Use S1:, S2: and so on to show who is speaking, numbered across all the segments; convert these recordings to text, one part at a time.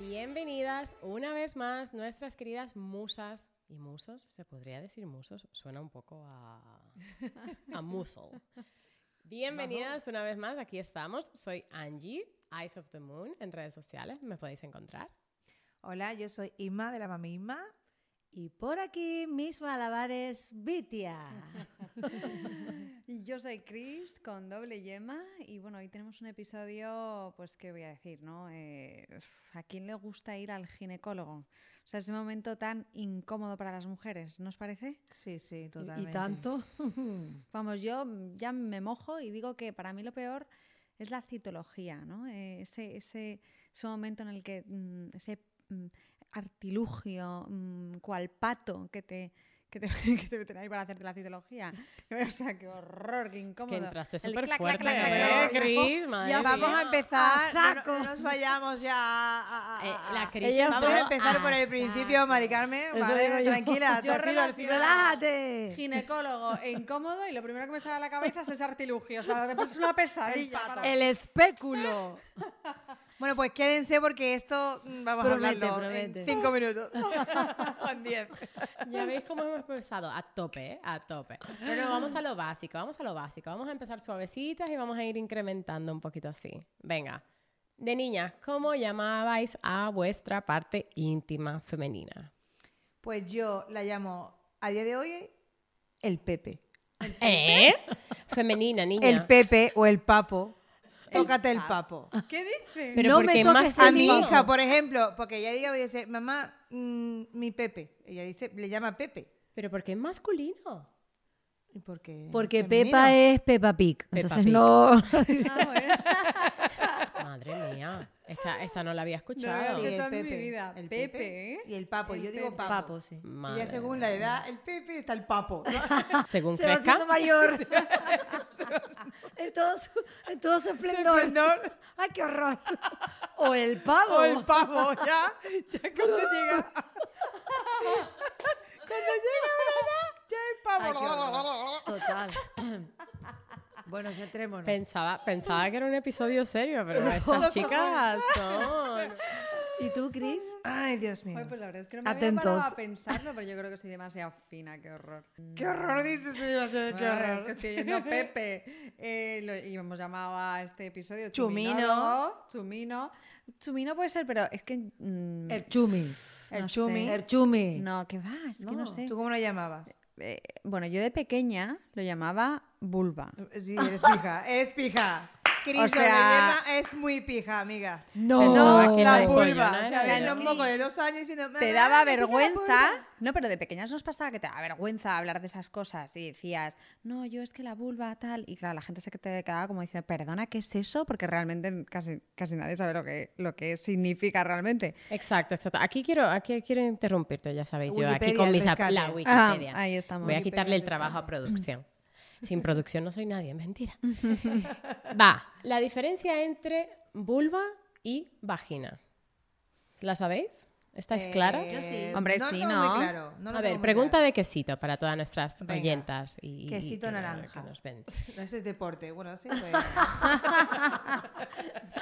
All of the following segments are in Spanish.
S1: Bienvenidas una vez más nuestras queridas musas y musos, se podría decir musos, suena un poco a, a musel. Bienvenidas una vez más, aquí estamos. Soy Angie, Eyes of the Moon, en redes sociales, me podéis encontrar.
S2: Hola, yo soy Inma de la Mami Inma.
S3: Y por aquí mis malabares, Vitia.
S4: Y yo soy Chris con doble yema y bueno, hoy tenemos un episodio, pues qué voy a decir, ¿no? Eh, uf, ¿A quién le gusta ir al ginecólogo? O sea, ese momento tan incómodo para las mujeres, ¿nos parece?
S2: Sí, sí,
S3: Y
S2: totalmente.
S3: tanto.
S4: Vamos, yo ya me mojo y digo que para mí lo peor es la citología, ¿no? Eh, ese, ese, ese momento en el que mm, ese mm, artilugio, mm, cual pato que te, que te, que te meten ahí para hacerte la citología. O sea, qué horror, qué incómodo.
S1: entraste
S4: El
S1: súper
S4: clac,
S1: fuerte,
S4: clac, clac,
S2: ¿eh,
S4: claro.
S1: Cris? Madre
S4: Ya
S1: mía.
S4: vamos
S2: Vamos a empezar.
S3: Ah, A
S2: no-
S3: saco.
S2: No, nos vayamos ya. a- a- a-
S1: Eh, la
S2: a-
S1: Cris
S3: Ella
S2: Vamos a
S3: fue
S2: empezar por el
S1: saco.
S2: principio, Mari Carmen.
S3: Eso
S2: ¿vale?
S3: digo yo.
S2: Tranquila, tú
S4: Yo
S2: has sido al
S4: relaciono-
S2: final.
S3: ¡Relájate!
S4: Ginecólogo e incómodo y lo primero que me sale a la cabeza es ese artilugio. O sea, después es una pesadilla.
S2: pato.
S4: para-
S3: El espéculo.
S2: Bueno, pues quédense porque esto mm, vamos
S3: Promete,
S2: a hablarlo
S3: promete.
S2: en cinco minutos. o en diez.
S1: Ya veis cómo hemos empezado, a tope, ¿eh? a tope. Pero no, vamos a lo básico, vamos a lo básico. Vamos a empezar suavecitas y vamos a ir incrementando un poquito así. Venga, de niñas, ¿cómo llamabais a vuestra parte íntima femenina?
S2: Pues yo la llamo a día de hoy el Pepe.
S1: ¿Eh? Femenina, niña.
S2: El Pepe o el Papo. Tócate el papo.
S4: ¿Qué dices?
S1: Pero
S3: No
S1: porque
S3: me
S1: es
S3: toques
S1: más
S3: el
S2: A mi
S1: femenino.
S2: hija, por ejemplo, porque ella diga, dice, mamá, mm, mi Pepe. Ella dice, le llama Pepe.
S1: Pero porque es masculino.
S2: ¿Y por qué?
S3: Porque
S2: femenino?
S3: Pepa es Peppa Pig. entonces
S1: Pig.
S3: no.
S4: ¿eh?
S1: Madre mía. Esta, esta no la había escuchado.
S4: No,
S2: Sí,
S4: Yo
S2: el
S4: toda mi
S2: Pepe.
S4: vida,
S2: El
S4: Pepe, ¿eh?
S2: Y el Papo.
S4: El
S2: yo digo
S4: Pepe.
S2: Papo.
S3: Papo, sí.
S2: Y ya
S1: Madre
S2: según
S1: mía.
S2: la edad, el Pepe está el Papo.
S1: Según
S3: Se va
S1: crezca.
S3: haciendo mayor. en, todo su, en todo su esplendor.
S2: Esplendor.
S3: ¡Ay, qué horror! O el pavo.
S2: o el Papo, ya. Ya cuando llega. cuando llega una edad, ya es
S3: Ay, qué
S2: Papo.
S3: horror. Total. bueno, centrémonos.
S1: Pensaba, pensaba que era un episodio serio, pero estas chicas son...
S3: ¿Y tú, Cris?
S2: Ay, Dios mío.
S4: Ay, pues la verdad es que no me había parado
S3: Atentos.
S4: a pensarlo, pero yo creo que soy demasiado fina, qué horror.
S2: Qué horror dices, señora,
S4: Bueno,
S2: qué
S4: la verdad es
S2: horror.
S4: que estoy oyendo a Pepe eh, lo- y hemos llamado a este episodio
S2: Chumino.
S4: Chuminólogo, Chumino. Chumino puede ser, pero es que. mm,
S3: El chumi.
S2: El
S4: no
S2: chumi.
S4: sé.
S3: El chumi.
S4: No, que va, es que no
S3: No.
S4: sé.
S2: ¿Tú cómo lo llamabas?
S4: Eh, bueno, yo de pequeña lo llamaba vulva.
S2: Sí, eres pija, eres pija. Cris
S4: O sea-
S2: Orellana es muy pija, amigas.
S3: No.
S1: Pensaba que
S2: la
S1: de
S2: vulva.
S1: empollonada
S2: O
S1: era
S2: sea, eran
S1: yo.
S2: los mocos de dos años diciendo, "Mamá,
S4: te daba
S2: me pica la vulva".
S4: vergüenza. No, pero de pequeñas nos pasaba que te daba vergüenza hablar de esas cosas y decías, no, yo es que la vulva tal. Y claro, la gente se que te quedaba como diciendo, perdona, ¿qué es eso? Porque realmente casi, casi nadie sabe lo que, lo que significa realmente.
S1: Exacto, exacto. Aquí quiero, aquí quiero interrumpirte, ya sabéis, yo aquí
S2: Wikipedia
S1: con
S2: al
S1: mis ap-
S2: rescate.
S1: la Wikipedia.
S4: Ah, ahí estamos.
S1: Voy a
S4: Wikipedia
S1: quitarle
S4: al
S1: el trabajo a producción. Sin producción no soy nadie, mentira. Va, la diferencia entre vulva y vagina. ¿La sabéis? ¿Estáis
S2: Eh,
S1: claras?
S4: Hombre,
S2: no ¿eh?
S4: sí,
S2: lo tengo muy
S4: ¿no?
S2: claro, no lo
S1: a
S2: tengo
S1: ver,
S2: muy
S1: pregunta
S2: claro.
S1: de quesito para todas nuestras
S2: Venga.
S1: oyentas. Y, y-
S2: Quesito
S1: y que-
S2: naranja.
S1: que nos ven.
S2: No, ese es deporte, bueno, sí. Pues.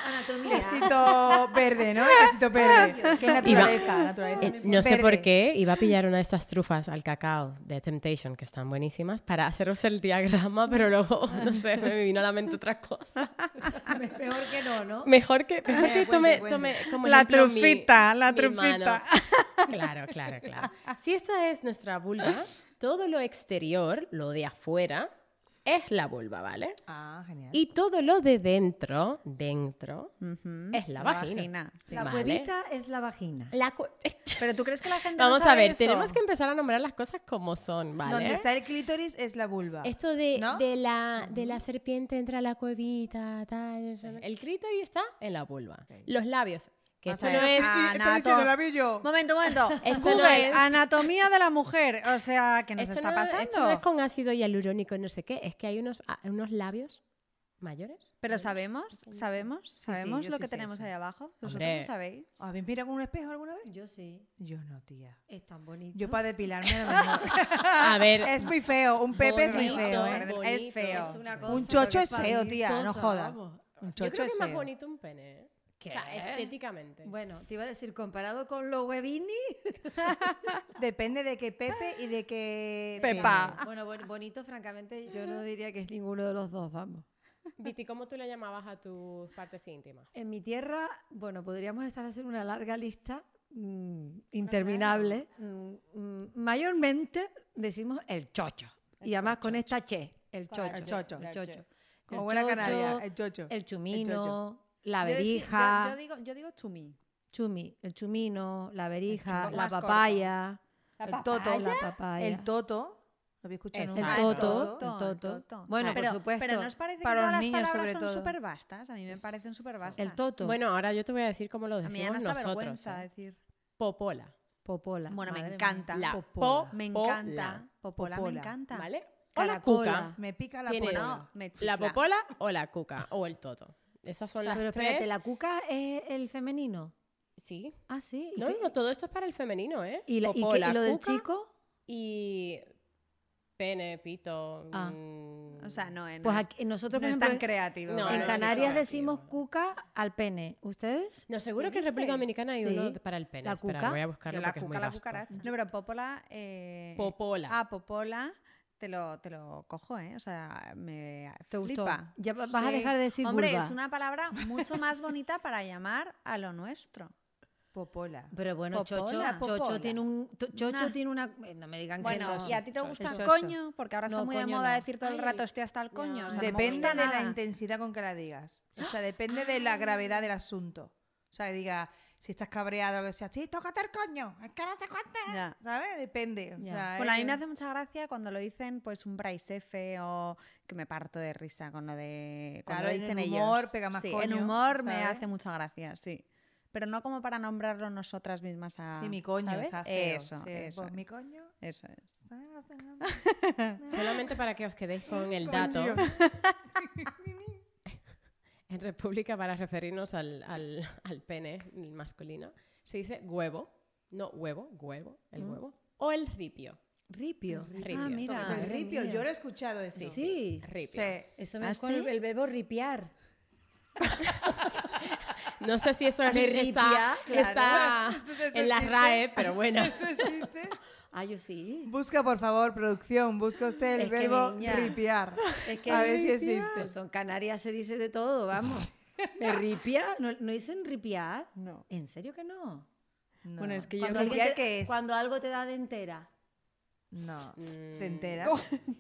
S3: Anatomía.
S2: Quesito verde, ¿no? Quesito verde. Que es naturaleza, naturaleza.
S1: Eh, no sé
S2: Verde.
S1: por qué, iba a pillar una de estas trufas al cacao de Temptation, que están buenísimas, para haceros el diagrama, pero luego, no sé, me vino a la mente otra cosa.
S3: Ah, Peor que no, ¿no?
S1: Mejor que, mejor que
S2: cuente,
S1: tome,
S2: cuente.
S1: tome como
S4: Eh, La
S1: ejemplo mi-
S4: trufita, la
S1: mi
S4: trufita.
S1: mano. Claro, claro, claro. Si esta es nuestra vulva, todo lo exterior, lo de afuera, es la vulva, ¿vale?
S2: Ah, genial.
S1: Y todo lo de dentro, dentro,
S4: Ujú,
S1: es la,
S4: la
S1: vagina.
S4: vagina, sí.
S3: La
S1: ¿Vale?
S3: cuevita es la vagina.
S1: La cue-
S4: Pero tú crees que la gente.
S1: Vamos
S4: no
S1: a
S4: sabe
S1: ver,
S4: eso?
S1: tenemos que empezar a nombrar las cosas como son, ¿vale?
S2: Donde está el clítoris es la vulva.
S1: Esto de,
S2: Ah, ¿No?
S1: de la, de la serpiente entra a la cuevita, tal. eso, no. El clítoris está en la vulva. Los labios, que
S4: Vamos
S1: esto
S4: a
S1: no
S4: ver.
S1: es...
S4: Ah,
S2: ¿Estás
S4: Nato.
S2: diciendo labillo?
S4: Momento, momento.
S1: Esto no
S4: Google,
S1: es-
S4: anatomía de la mujer. O sea, ¿qué nos
S1: esto
S4: está
S1: no-
S4: pasando?
S1: esto no es con ácido hialurónico, y no sé qué. Es que hay unos, a- unos labios mayores.
S4: Pero sabemos, sabemos,
S2: sí,
S4: sabemos
S2: yo
S4: lo
S2: sí
S4: que
S2: sé
S4: tenemos
S2: eso.
S4: ahí abajo. ¿Vosotros
S1: Hombre.
S4: lo sabéis?
S2: ¿Habéis mirado con un espejo alguna vez?
S3: Yo sí.
S2: Yo no, tía.
S3: Es tan bonito.
S2: Yo para depilarme a lo mejor.
S1: A ver,
S2: Ah, Es muy feo, un pepe es muy
S1: Bonito,
S2: feo,
S4: es
S2: ¿eh?
S1: bonito.
S4: feo.
S3: una
S2: Un chocho es feo, tía, no
S3: espantosa,
S2: jodas.
S3: vamos.
S2: Un
S1: yo creo
S2: chocho
S1: que
S2: es
S1: es más
S2: feo.
S1: bonito un pene. ¿eh? O sea, estéticamente.
S3: Bueno, te iba a decir, comparado con los Webini.
S2: Depende de que Pepe y de que...
S4: Pepa. Ah,
S3: eh, Bueno, bueno, bonito, francamente, yo no diría que es ninguno de los dos, vamos.
S1: Viti, ¿cómo tú le llamabas a tus partes íntimas?
S3: En mi tierra, bueno, podríamos estar haciendo una larga lista mm, interminable. Mm, mm, mayormente decimos el chocho. y además con esta che, el
S1: Con
S3: chocho.
S1: la
S2: El chocho.
S3: El
S1: El
S3: chocho.
S1: chocho.
S2: Como
S3: El
S2: buena
S3: chocho,
S2: canaria, el chocho.
S3: El
S2: El chocho.
S3: chumino, la
S4: Yo decí-
S3: verija.
S4: Yo, yo digo, yo digo to me.
S3: Chumi, el chumino, la verija,
S4: chumino
S3: la
S4: más corto.
S3: papaya.
S4: La
S2: El
S4: papaya.
S2: toto.
S3: La papaya.
S2: El toto. Lo había escuchado
S1: Exacto.
S3: El
S2: nunca.
S3: toto,
S4: toto,
S3: el toto.
S4: el toto.
S3: Bueno,
S4: Ah,
S3: por
S4: pero,
S3: supuesto.
S4: Pero nos parece
S2: Para
S4: que
S2: los
S4: todas las
S2: niños,
S4: palabras
S2: sobre
S4: son
S2: todo.
S4: súper vastas. A mí me parecen súper vastas.
S3: el toto.
S1: Bueno, ahora yo te voy a decir cómo lo
S4: a mí me da
S1: decimos
S4: hasta
S1: nosotros.
S4: vergüenza
S1: ¿eh?
S4: decir.
S1: Popola.
S3: Popola.
S4: Bueno, me
S3: madre mía.
S4: encanta.
S1: La
S4: Popola.
S1: popola.
S4: Me encanta. Popola, me
S2: Popola.
S4: encanta.
S1: ¿Vale? O la
S3: Caracola.
S1: cuca.
S2: Me pica la
S1: Tienes-
S2: pola.
S4: No, me chifla.
S1: La popola o la cuca o el toto. Esas son
S3: O sea,
S1: las
S3: pero espérate,
S1: tres.
S3: la cuca es el femenino.
S1: Sí.
S3: Ah, sí. ¿Y
S1: No,
S3: qué-
S1: no, todo esto es para el femenino, ¿eh?
S3: ¿Y, la- y qué-
S1: Popola,
S3: y lo del
S1: cuca
S3: chico?
S1: Y pene, pito.
S3: Ah.
S1: mm,
S4: O sea, no, eh, no
S3: Pues
S4: es,
S3: aquí, nosotros,
S4: no es
S3: por ejemplo,
S4: tan
S3: en-
S4: creativo.
S1: No,
S3: en
S1: no,
S3: Canarias
S1: no, no.
S3: decimos cuca al pene. ¿Ustedes?
S1: No, seguro
S4: ¿Qué
S1: que en República
S4: dices?
S1: Dominicana hay
S3: Sí.
S1: uno para el pene.
S3: La
S1: Espera,
S3: cuca.
S1: voy a
S4: Yo
S1: buscarlo
S4: la
S1: porque es
S4: cuca,
S1: muy
S4: la
S1: vasto.
S4: cucaracha. No, pero popola... eh,
S1: Popola.
S4: Ah, popola. Te lo, te lo cojo, ¿eh? O sea, me
S3: ¿Te gustó?
S4: flipa.
S3: Ya va- vas a dejar de decir
S4: Hombre,
S3: vulva.
S4: es una palabra mucho más bonita para llamar a lo nuestro.
S2: Popola.
S3: Pero bueno,
S4: Popola,
S3: Chocho, Chocho
S4: popola.
S3: tiene un... to- Chocho
S4: Nah.
S3: tiene una... eh, No me digan
S4: Bueno,
S3: que no.
S4: y a ti te
S1: Chocho.
S4: gusta
S2: Chocho.
S4: coño, porque ahora está
S3: No,
S4: muy de
S3: coño
S4: moda
S3: no.
S4: decir todo el
S1: Ay,
S4: rato estoy hasta el coño.
S1: no.
S4: o sea, no me
S2: Depende
S4: gusta
S2: de la
S4: nada.
S2: intensidad con que la digas. O sea, depende de la gravedad del asunto. O sea, que diga, si estás cabreado o lo que sea, sí, tócate el coño, es que no sé cuánto.
S4: Ya.
S2: ¿Sabes? Depende. O
S3: Ya.
S2: sea,
S4: Bueno, a mí
S2: es-
S4: me hace mucha gracia cuando lo dicen, pues un price F o que me parto de risa con lo de. Cuando
S2: Claro,
S4: lo
S2: en
S4: dicen
S2: el
S4: ellos.
S2: humor pega más
S4: sí, En
S2: coño,
S4: humor me
S2: ¿sabes?
S4: hace mucha gracia, sí. Pero no como para nombrarlo nosotras mismas a.
S2: Sí, mi coño,
S4: ¿sabes?
S2: o sea, feo.
S4: Eso,
S2: Sí,
S4: eso.
S2: Pues mi coño.
S4: Eso es.
S1: Solamente para que os quedéis con el
S2: Con
S1: dato.
S2: giro.
S1: En República, para referirnos al, al, al pene masculino, se dice huevo. No huevo, huevo,
S3: Mm.
S1: el huevo. O el ripio.
S3: Ripio.
S1: Ripio.
S3: Ah, mira.
S2: El
S3: madre
S2: ripio,
S3: mía.
S2: yo lo he escuchado decir.
S3: Sí.
S1: Ripio.
S2: Sí.
S3: Eso me
S4: ¿Ah,
S3: es con
S4: sí?
S3: el, el verbo ripiar.
S1: No sé si eso es
S3: De
S1: está,
S3: ripia,
S1: está
S2: Eso te
S1: Ah, en la
S2: sentiste.
S1: RAE, pero bueno.
S2: ¿Eso existe?
S3: Ah, yo sí.
S2: Busca, por favor, producción, busca usted el
S3: Es que,
S2: verbo
S3: niña,
S2: ripiar.
S3: Es que
S2: a ver si
S3: ripia.
S2: existe.
S3: Pues en Canarias se dice de todo, vamos. ¿Me ripia? ¿No, no dicen ripiar?
S4: No.
S3: ¿En serio que no?
S2: No.
S4: Bueno, es que yo
S3: Cuando
S4: creo
S3: alguien
S2: ripiar
S3: te-
S2: qué es?
S3: Cuando algo te da de entera.
S2: No,
S1: Mm.
S2: ¿te enteras?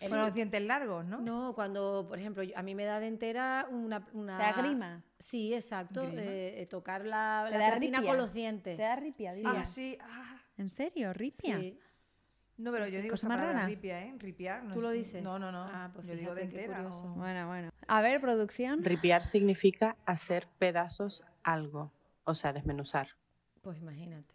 S2: Bueno, los dientes largos, ¿no?
S3: No, cuando, por ejemplo, yo- a mí me da de entera una... una...
S4: Te da grima.
S3: Sí, exacto.
S2: ¿Grima?
S3: eh, eh, tocar la,
S4: Te
S3: la
S4: da
S3: platina
S4: ripia.
S3: con los dientes.
S4: Te da ripia,
S3: Sí.
S4: diría.
S2: Ah, sí. ah.
S4: ¿En serio? ¿Ripia?
S3: Sí.
S2: No, pero yo digo esa
S4: cosa más
S2: palabra
S4: rara.
S2: ripia, ¿eh? Ripiar. No
S3: ¿Tú
S2: es-
S3: lo dices?
S2: No, no, no.
S3: Ah, pues
S2: yo digo de
S3: fíjate, qué
S2: entera.
S3: curioso.
S2: o-
S4: Bueno, bueno. A ver, producción.
S5: Ripiar significa hacer pedazos algo, o sea, desmenuzar.
S3: Pues imagínate.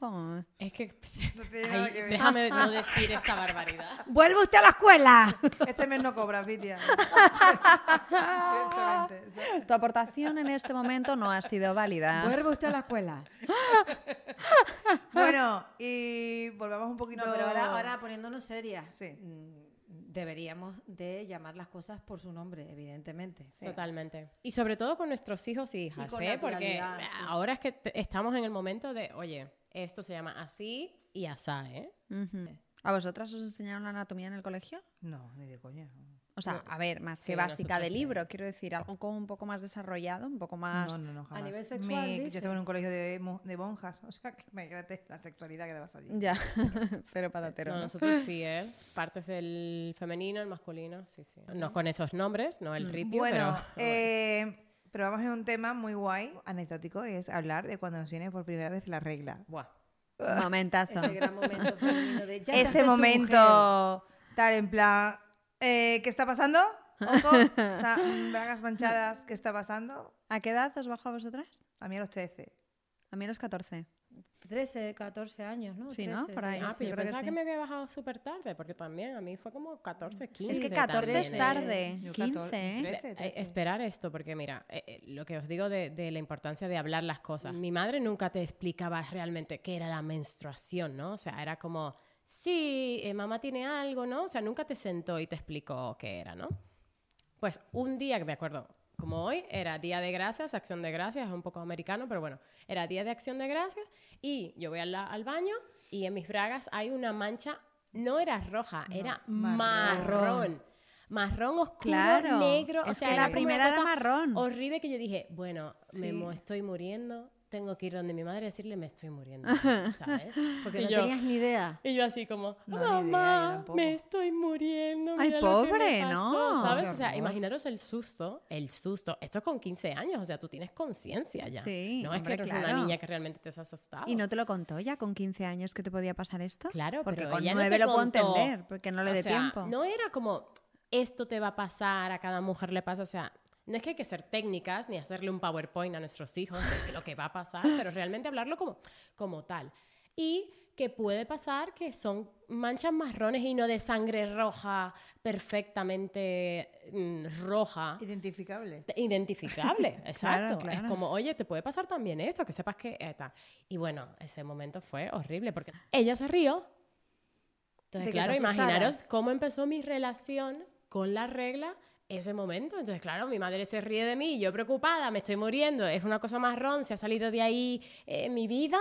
S4: Joder.
S1: Es que pues,
S2: No tiene nada
S1: Ay,
S2: que ver.
S1: déjame no decir esta barbaridad.
S3: ¡Vuelve usted a la escuela!
S2: Este mes no cobras, Vitia. Directamente. ¿sabes?
S4: Tu aportación en este momento no ha sido
S2: Ah.
S4: válida.
S3: ¡Vuelve usted a la escuela!
S2: Bueno, y volvamos un poquito.
S3: No, pero ahora, ahora poniéndonos serias,
S2: Sí.
S3: mm, deberíamos de llamar las cosas por su nombre, evidentemente.
S1: Totalmente. Y sobre todo con nuestros hijos y hijas,
S3: con
S1: ¿eh? Porque
S3: naturalidad, sí.
S1: ahora es que te- estamos en el momento de, oye, esto se llama así y asá, ¿eh?
S4: Ujú. ¿A vosotras os enseñaron anatomía en el colegio?
S2: No, ni de coña.
S4: O sea, a ver, más que
S1: Sí,
S4: básica de
S1: nosotros sí.
S4: libro, quiero decir, algo como un poco más desarrollado, un poco más...
S2: No, no, no, jamás.
S3: Ah, nivel sexual,
S2: Mi-
S3: dices.
S2: yo estaba en un colegio de, mo- de monjas, o sea, que imagínate la sexualidad que te vas
S3: Mm,
S2: allí.
S4: Ya, pero patatero.
S1: No,
S4: ¿no?
S1: nosotros sí, ¿eh? Partes del femenino, el masculino, sí, sí. No con esos nombres, no el ripio,
S2: Bueno,
S1: pero...
S2: eh, pero vamos a un tema muy guay, anecdótico, es hablar de cuando nos viene por primera vez la regla.
S1: Buah.
S4: Momentazo.
S3: Ese gran momento femenino de ya te has
S2: Ese
S3: hecho
S2: momento tal en plan, eh, ¿qué está pasando? Ojo, o sea, mm, bragas manchadas, ¿qué está pasando?
S4: ¿A qué edad os bajo a vosotras?
S2: A mí a los 13.
S4: A mí a los 14.
S3: mujer. 13, 14 años, ¿no?
S4: Sí, ¿no?
S3: 13,
S4: Por ahí.
S3: ¿no?
S1: Ah,
S4: sí,
S1: pero yo
S4: creo que
S1: pensaba que,
S4: sí.
S1: me había bajado súper tarde, porque también a mí fue como 14, 15.
S4: es que 14
S1: también,
S4: es
S1: ¿eh?
S4: tarde,
S2: Yo 14,
S4: 15, ¿eh?
S2: 13,
S1: Eh, esperar esto, porque mira, eh, eh, lo que os digo de, de la importancia de hablar las cosas. Mi madre nunca te explicaba realmente qué era la menstruación, ¿no? O sea, era como, sí, eh, mamá tiene algo, ¿no? O sea, nunca te sentó y te explicó qué era, ¿no? Pues un día que me acuerdo, como hoy era Día de Gracias, Acción de Gracias, es un poco americano, pero bueno, era Día de Acción de Gracias y yo voy al, la- al baño y en mis bragas hay una mancha, no era roja, era marrón.
S4: marrón.
S1: marrón. oscuro,
S4: Claro,
S1: negro. o
S4: es
S1: sea,
S4: que
S1: era
S4: la
S1: como una
S4: primera era
S1: cosa
S4: marrón.
S1: Horrible que yo dije, bueno, me
S4: Sí.
S1: mu- estoy muriendo, tengo que ir donde mi madre y decirle me estoy muriendo, ¿sabes?
S3: Ah, Porque
S1: Y
S3: no
S1: yo-
S3: tenías ni idea.
S1: y yo así como,
S2: No, ni idea, yo
S1: mamá,
S2: tampoco".
S1: me estoy muriendo.
S4: Ay,
S1: mira lo que me
S4: pobre,
S1: pasó",
S4: no.
S1: ¿Sabes?
S2: Qué
S1: O sea,
S2: horror.
S1: imaginaros el susto, el susto. Esto es con 15 años, o sea, tú tienes conciencia ya.
S4: Sí,
S1: no es
S4: hombre,
S1: que eres
S4: claro.
S1: una niña que realmente te has asustado.
S4: ¿Y no te lo contó ya con 15 años que te podía pasar esto?
S1: Claro,
S4: porque
S1: pero
S4: con
S1: ella no
S4: 9
S1: te
S4: lo puedo
S1: contó.
S4: entender, porque no le
S1: O
S4: dé
S1: sea,
S4: tiempo.
S1: No era como, esto te va a pasar, a cada mujer le pasa, o sea... No es que hay que ser técnicas ni hacerle un PowerPoint a nuestros hijos de lo que va a pasar, pero realmente hablarlo como, como tal. Y que puede pasar que son manchas marrones y no de sangre roja, perfectamente mm, roja
S2: Identificable.
S1: identificable, exacto.
S4: claro.
S1: Es como, oye, te puede pasar también esto, que sepas que eh, tal. Y bueno, ese momento fue horrible porque ella se rió.
S3: De que
S1: Entonces,
S3: te
S1: claro, imaginaros
S3: asustaras.
S1: cómo empezó mi relación con la regla ese momento. Entonces, claro, mi madre se ríe de mí, yo preocupada, me estoy muriendo, es una cosa marrón, se ha salido de ahí eh, mi vida.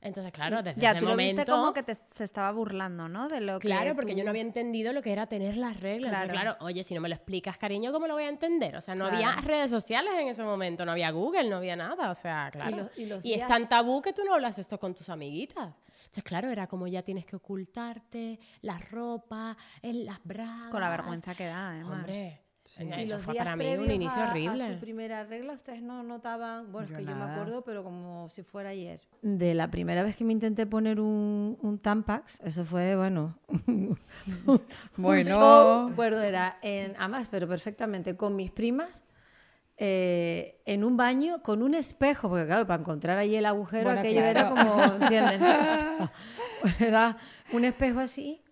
S1: Entonces, claro, desde
S4: ya,
S1: ese
S4: tú lo
S1: momento...
S4: viste como que te, se estaba burlando, ¿no? De lo
S1: Claro,
S4: que
S1: porque yo
S4: tú-
S1: no había entendido lo que era tener las reglas. Entonces, Claro.
S4: Claro.
S1: oye, si no me lo explicas, cariño, ¿cómo lo voy a entender? O sea, no había
S4: Claro.
S1: redes sociales en ese momento, no había Google, no había nada. O sea, claro.
S3: los- y los
S1: es
S3: días-
S1: tan tabú que tú no hablas esto con tus amiguitas. Entonces, claro, era como ya tienes que ocultarte la ropa, en las bragas.
S4: Con la vergüenza que da, además.
S1: Hombre,
S3: Y
S1: eso
S3: los
S1: fue
S3: días
S1: para mí un
S3: previos
S1: inicio
S3: a-
S1: horrible.
S3: A su primera regla, ustedes no notaban, bueno,
S2: Yo
S3: es que yo me
S2: nada.
S3: acuerdo, pero como si fuera ayer. De la primera vez que me intenté poner un, un Tampax, eso fue, bueno. un show. bueno, era en Amas, pero perfectamente, con mis primas. eh, en un baño con un espejo, porque claro, para encontrar ahí el agujero,
S2: Bueno,
S3: aquello era
S2: claro.
S3: como, ¿entienden? O sea, era un espejo así,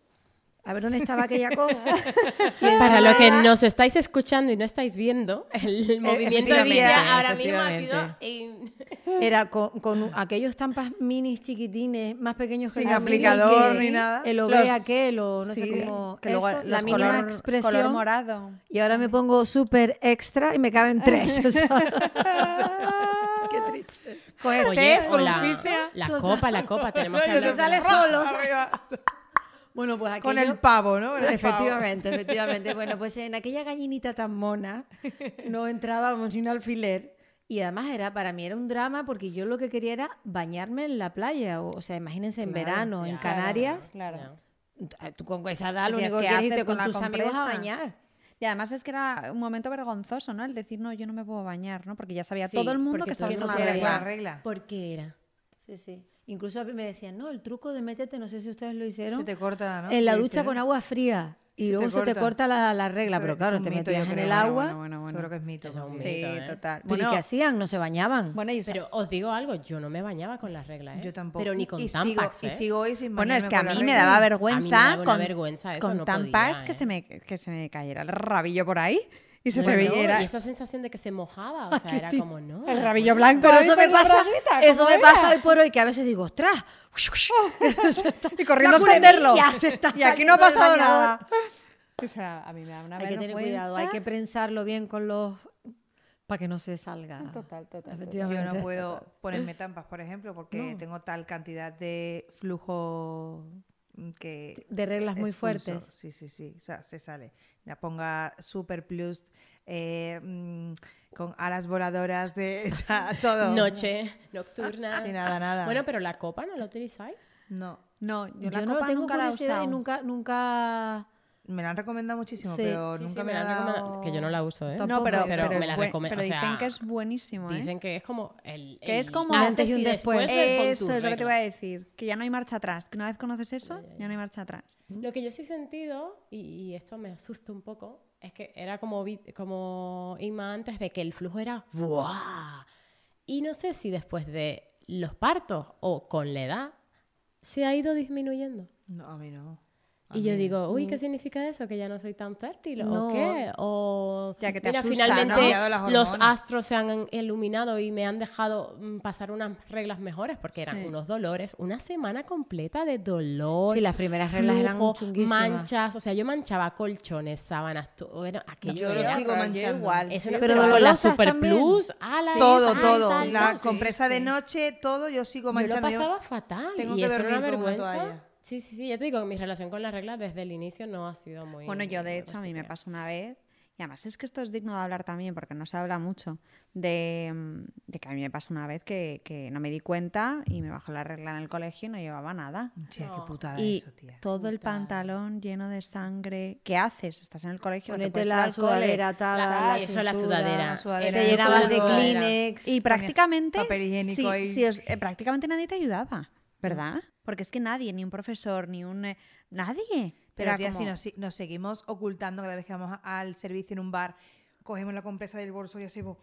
S3: a ver dónde estaba aquella cosa. Y
S1: Para
S3: encima
S1: lo que
S3: era-
S1: nos estáis escuchando y no estáis viendo,
S3: E-
S1: el movimiento de
S2: efectivamente,
S1: vida ahora mismo ha sido...
S3: Era con, con un- aquellos tampas minis chiquitines, más pequeños que
S2: Sin
S3: la mini,
S2: aplicador
S3: que
S2: ni nada.
S3: El OB
S2: Los-
S3: aquel o no
S2: sí,
S3: sé cómo.
S4: que luego
S3: eso, la
S4: los
S3: mínima
S4: color-
S3: expresión.
S4: color morado.
S3: Y ahora me pongo súper extra y me caben tres. o sea. Qué triste.
S2: Con
S1: Oye,
S2: este,
S1: o
S2: con
S1: la,
S2: un fisio.
S1: la copa, la copa, tenemos que
S2: Yo
S1: hablar.
S2: se
S1: de-
S3: sale
S2: ¡ra!
S3: solo, o sea.
S2: arriba.
S3: Bueno, pues
S2: Con
S3: aquello-
S2: el pavo, ¿no? Con el pavo.
S3: Efectivamente, efectivamente. Bueno, pues en aquella gallinita tan mona no entrábamos ni un alfiler. Y además era, para mí era un drama porque yo lo que quería era bañarme en la playa. O, o sea, imagínense en
S2: Claro,
S3: verano, en
S1: Ya,
S3: Canarias.
S1: claro.
S3: t- Eh, Tú con esa edad lo
S4: Decías,
S3: único que
S4: "¿Qué
S3: quieres es irte
S4: haces
S3: con,
S4: con la
S3: tus amigos a
S4: compresa?".
S3: bañar.
S4: Y además es que era un momento vergonzoso, ¿no? El decir, no, yo no me puedo bañar, ¿no? Porque ya sabía
S1: Sí,
S4: todo el mundo
S3: porque
S4: que
S3: todo
S4: estabas
S3: el
S4: con la
S3: mundo
S2: Era
S4: regla.
S3: sabía.
S2: buena regla.
S1: ¿Por qué era?
S3: Sí, sí. Incluso a mí me decían, no, el truco de métete, no sé si ustedes lo hicieron,
S2: Se te corta, ¿no?
S3: en la
S2: Sí,
S3: ducha
S2: sí.
S3: con agua fría. Y
S2: Se
S3: luego
S2: te
S3: se te
S2: corta.
S3: corta la, la regla,
S2: Eso
S3: pero
S2: es
S3: claro,
S2: un
S3: te
S2: mito, yo
S3: metías en
S2: creo.
S3: el
S2: Bueno,
S3: agua.
S4: bueno,
S2: Yo creo que es mito.
S1: Eso es un
S2: porque-
S1: mito,
S4: Sí,
S1: ¿eh?
S4: total.
S3: ¿Pero y
S4: Bueno,
S3: qué hacían? ¿No se bañaban?
S4: bueno, y-
S1: Pero os digo algo, yo no me bañaba con las reglas, ¿eh?
S2: Yo tampoco.
S1: Pero ni con
S2: y sigo,
S1: tampax,
S2: y
S1: ¿eh?
S2: sigo hoy sin
S4: bueno, es
S2: bañarme
S4: que a
S2: con la
S4: mí me
S2: regla.
S4: daba
S1: A mí me
S4: vergüenza
S1: daba una
S4: con,
S1: vergüenza eso,
S4: con
S1: no podía,
S4: tampax
S1: ¿eh?
S4: que, se me, que se me cayera el rabillo por ahí y se
S1: No,
S4: te
S1: no,
S4: veía
S1: Y esa sensación de que se mojaba, o sea, era como, no.
S4: el rabillo blanco.
S3: Pero
S4: ahí
S3: eso
S4: con
S3: me
S4: la
S3: pasa,
S4: raglita,
S3: eso
S4: ¿cómo
S3: me
S4: era?
S3: pasa hoy por hoy, que a veces digo, ¡ostras!
S4: Y corriendo a
S3: La culebrilla
S4: esconderlo.
S3: se está
S4: Y aquí no ha
S3: saliendo del
S4: pasado
S3: bañador.
S4: nada. O sea, a mí me da una
S3: Hay que
S2: pues
S3: tener
S4: vergüenza.
S3: cuidado, hay que prensarlo bien con los... para que no se salga.
S4: Total, total, total.
S3: Efectivamente.
S2: Yo no puedo ponerme tampas, por ejemplo, porque tengo tal cantidad de flujo mm, que...
S3: De reglas muy
S2: expulso.
S3: fuertes.
S2: Sí, sí, sí. O sea, se sale. La ponga super plus, eh, mm, con alas voladoras de o sea, todo.
S1: Noche, nocturna.
S2: Sí, nada, nada.
S1: Bueno, pero la copa no la utilizáis.
S2: no.
S4: No, yo,
S3: Yo
S4: la
S3: no
S4: copa
S3: tengo
S4: nunca la he
S3: curiosidad
S4: usado.
S3: y nunca, nunca...
S2: Me la han recomendado muchísimo,
S3: Sí,
S2: pero
S1: Sí, sí,
S2: nunca
S1: me
S2: me,
S1: la
S2: la
S1: han recomendado, Que yo no la uso, ¿eh?
S3: Tampoco.
S4: No, pero,
S1: pero
S4: pero,
S1: me
S4: es
S1: la
S4: buen-
S1: recome-
S4: pero
S1: o sea,
S4: dicen que es buenísimo, ¿eh?
S1: Dicen que es como el...
S4: Que es
S1: el
S4: como
S1: antes y después. del con
S4: Eso
S1: tus
S4: es lo que te
S1: reglas.
S4: voy a decir, que ya no hay marcha atrás, que una vez conoces eso, ya no hay marcha atrás.
S1: Lo que yo sí he sentido, y, y esto me asusta un poco, es que era como, vi- como Ima antes de que el flujo era ¡buah! Y no sé si después de los partos o con la edad se ha ido disminuyendo.
S2: No, a mí no.
S1: Y yo
S2: Amén.
S1: digo, uy, ¿qué significa eso? ¿Que ya no soy tan fértil? ¿O
S3: No.
S1: qué? O
S4: Ya que te
S1: mira,
S4: asusta, ¿no?
S1: finalmente
S2: Ya de las
S1: los
S2: hormonas.
S1: astros se han iluminado y me han dejado mm, pasar unas reglas mejores porque eran
S4: Sí.
S1: unos dolores, una semana completa de dolor.
S3: Sí, las primeras reglas eran
S1: flujo,
S3: chunguísimas.
S1: Manchas, o sea, yo manchaba colchones, sábanas, todo, bueno, aquello
S2: Yo lo
S1: era-
S2: sigo
S4: Yo
S2: manchando.
S4: igual.
S1: Es una-
S3: Pero
S1: con la
S3: dolorosas
S1: Super
S3: también.
S1: Plus, ala,
S2: Todo,
S1: esa,
S2: todo.
S1: tal,
S2: La
S1: tal.
S2: compresa de noche, todo, yo sigo
S1: Yo lo
S2: manchando. Yo-
S1: pasaba fatal
S2: tengo
S1: y
S2: que
S1: eso era una
S2: dormir con una
S1: vergüenza.
S2: toalla.
S1: Sí, sí, sí, ya te digo que mi relación con las reglas desde el inicio no ha sido muy...
S4: Bueno, yo de
S1: muy
S4: hecho a mí me
S1: positiva.
S4: pasó una vez, y además es que esto es digno de hablar también, porque no se habla mucho, de, mm, de que a mí me pasó una vez que, que no me di cuenta y me bajó la regla en el colegio y no llevaba nada.
S2: Tía, qué
S1: No.
S2: putada
S4: Y
S2: eso, tía.
S4: todo el
S1: Puta.
S4: pantalón lleno de sangre. ¿Qué haces? Estás en el colegio, no te
S3: Ponete
S4: puedes ir
S3: la
S4: al cole.
S3: sudadera atada,
S1: La-
S3: la
S1: eso, la
S3: cintura,
S1: sudadera.
S2: La sudadera.
S3: Te
S2: Yo
S3: llenabas
S2: con la
S3: de
S2: sudadera.
S3: Kleenex.
S4: Y prácticamente,
S2: papel higiénico
S4: si-
S2: ahí. Mm.
S4: si os- eh, prácticamente nadie te ayudaba, ¿verdad? Porque es que nadie, ni un profesor, ni un... eh, nadie.
S2: Pero
S4: Era
S2: tía, si
S4: como-
S2: nos, si- nos seguimos ocultando cada vez que vamos a- al servicio en un bar, cogemos la compresa del bolso y hacemos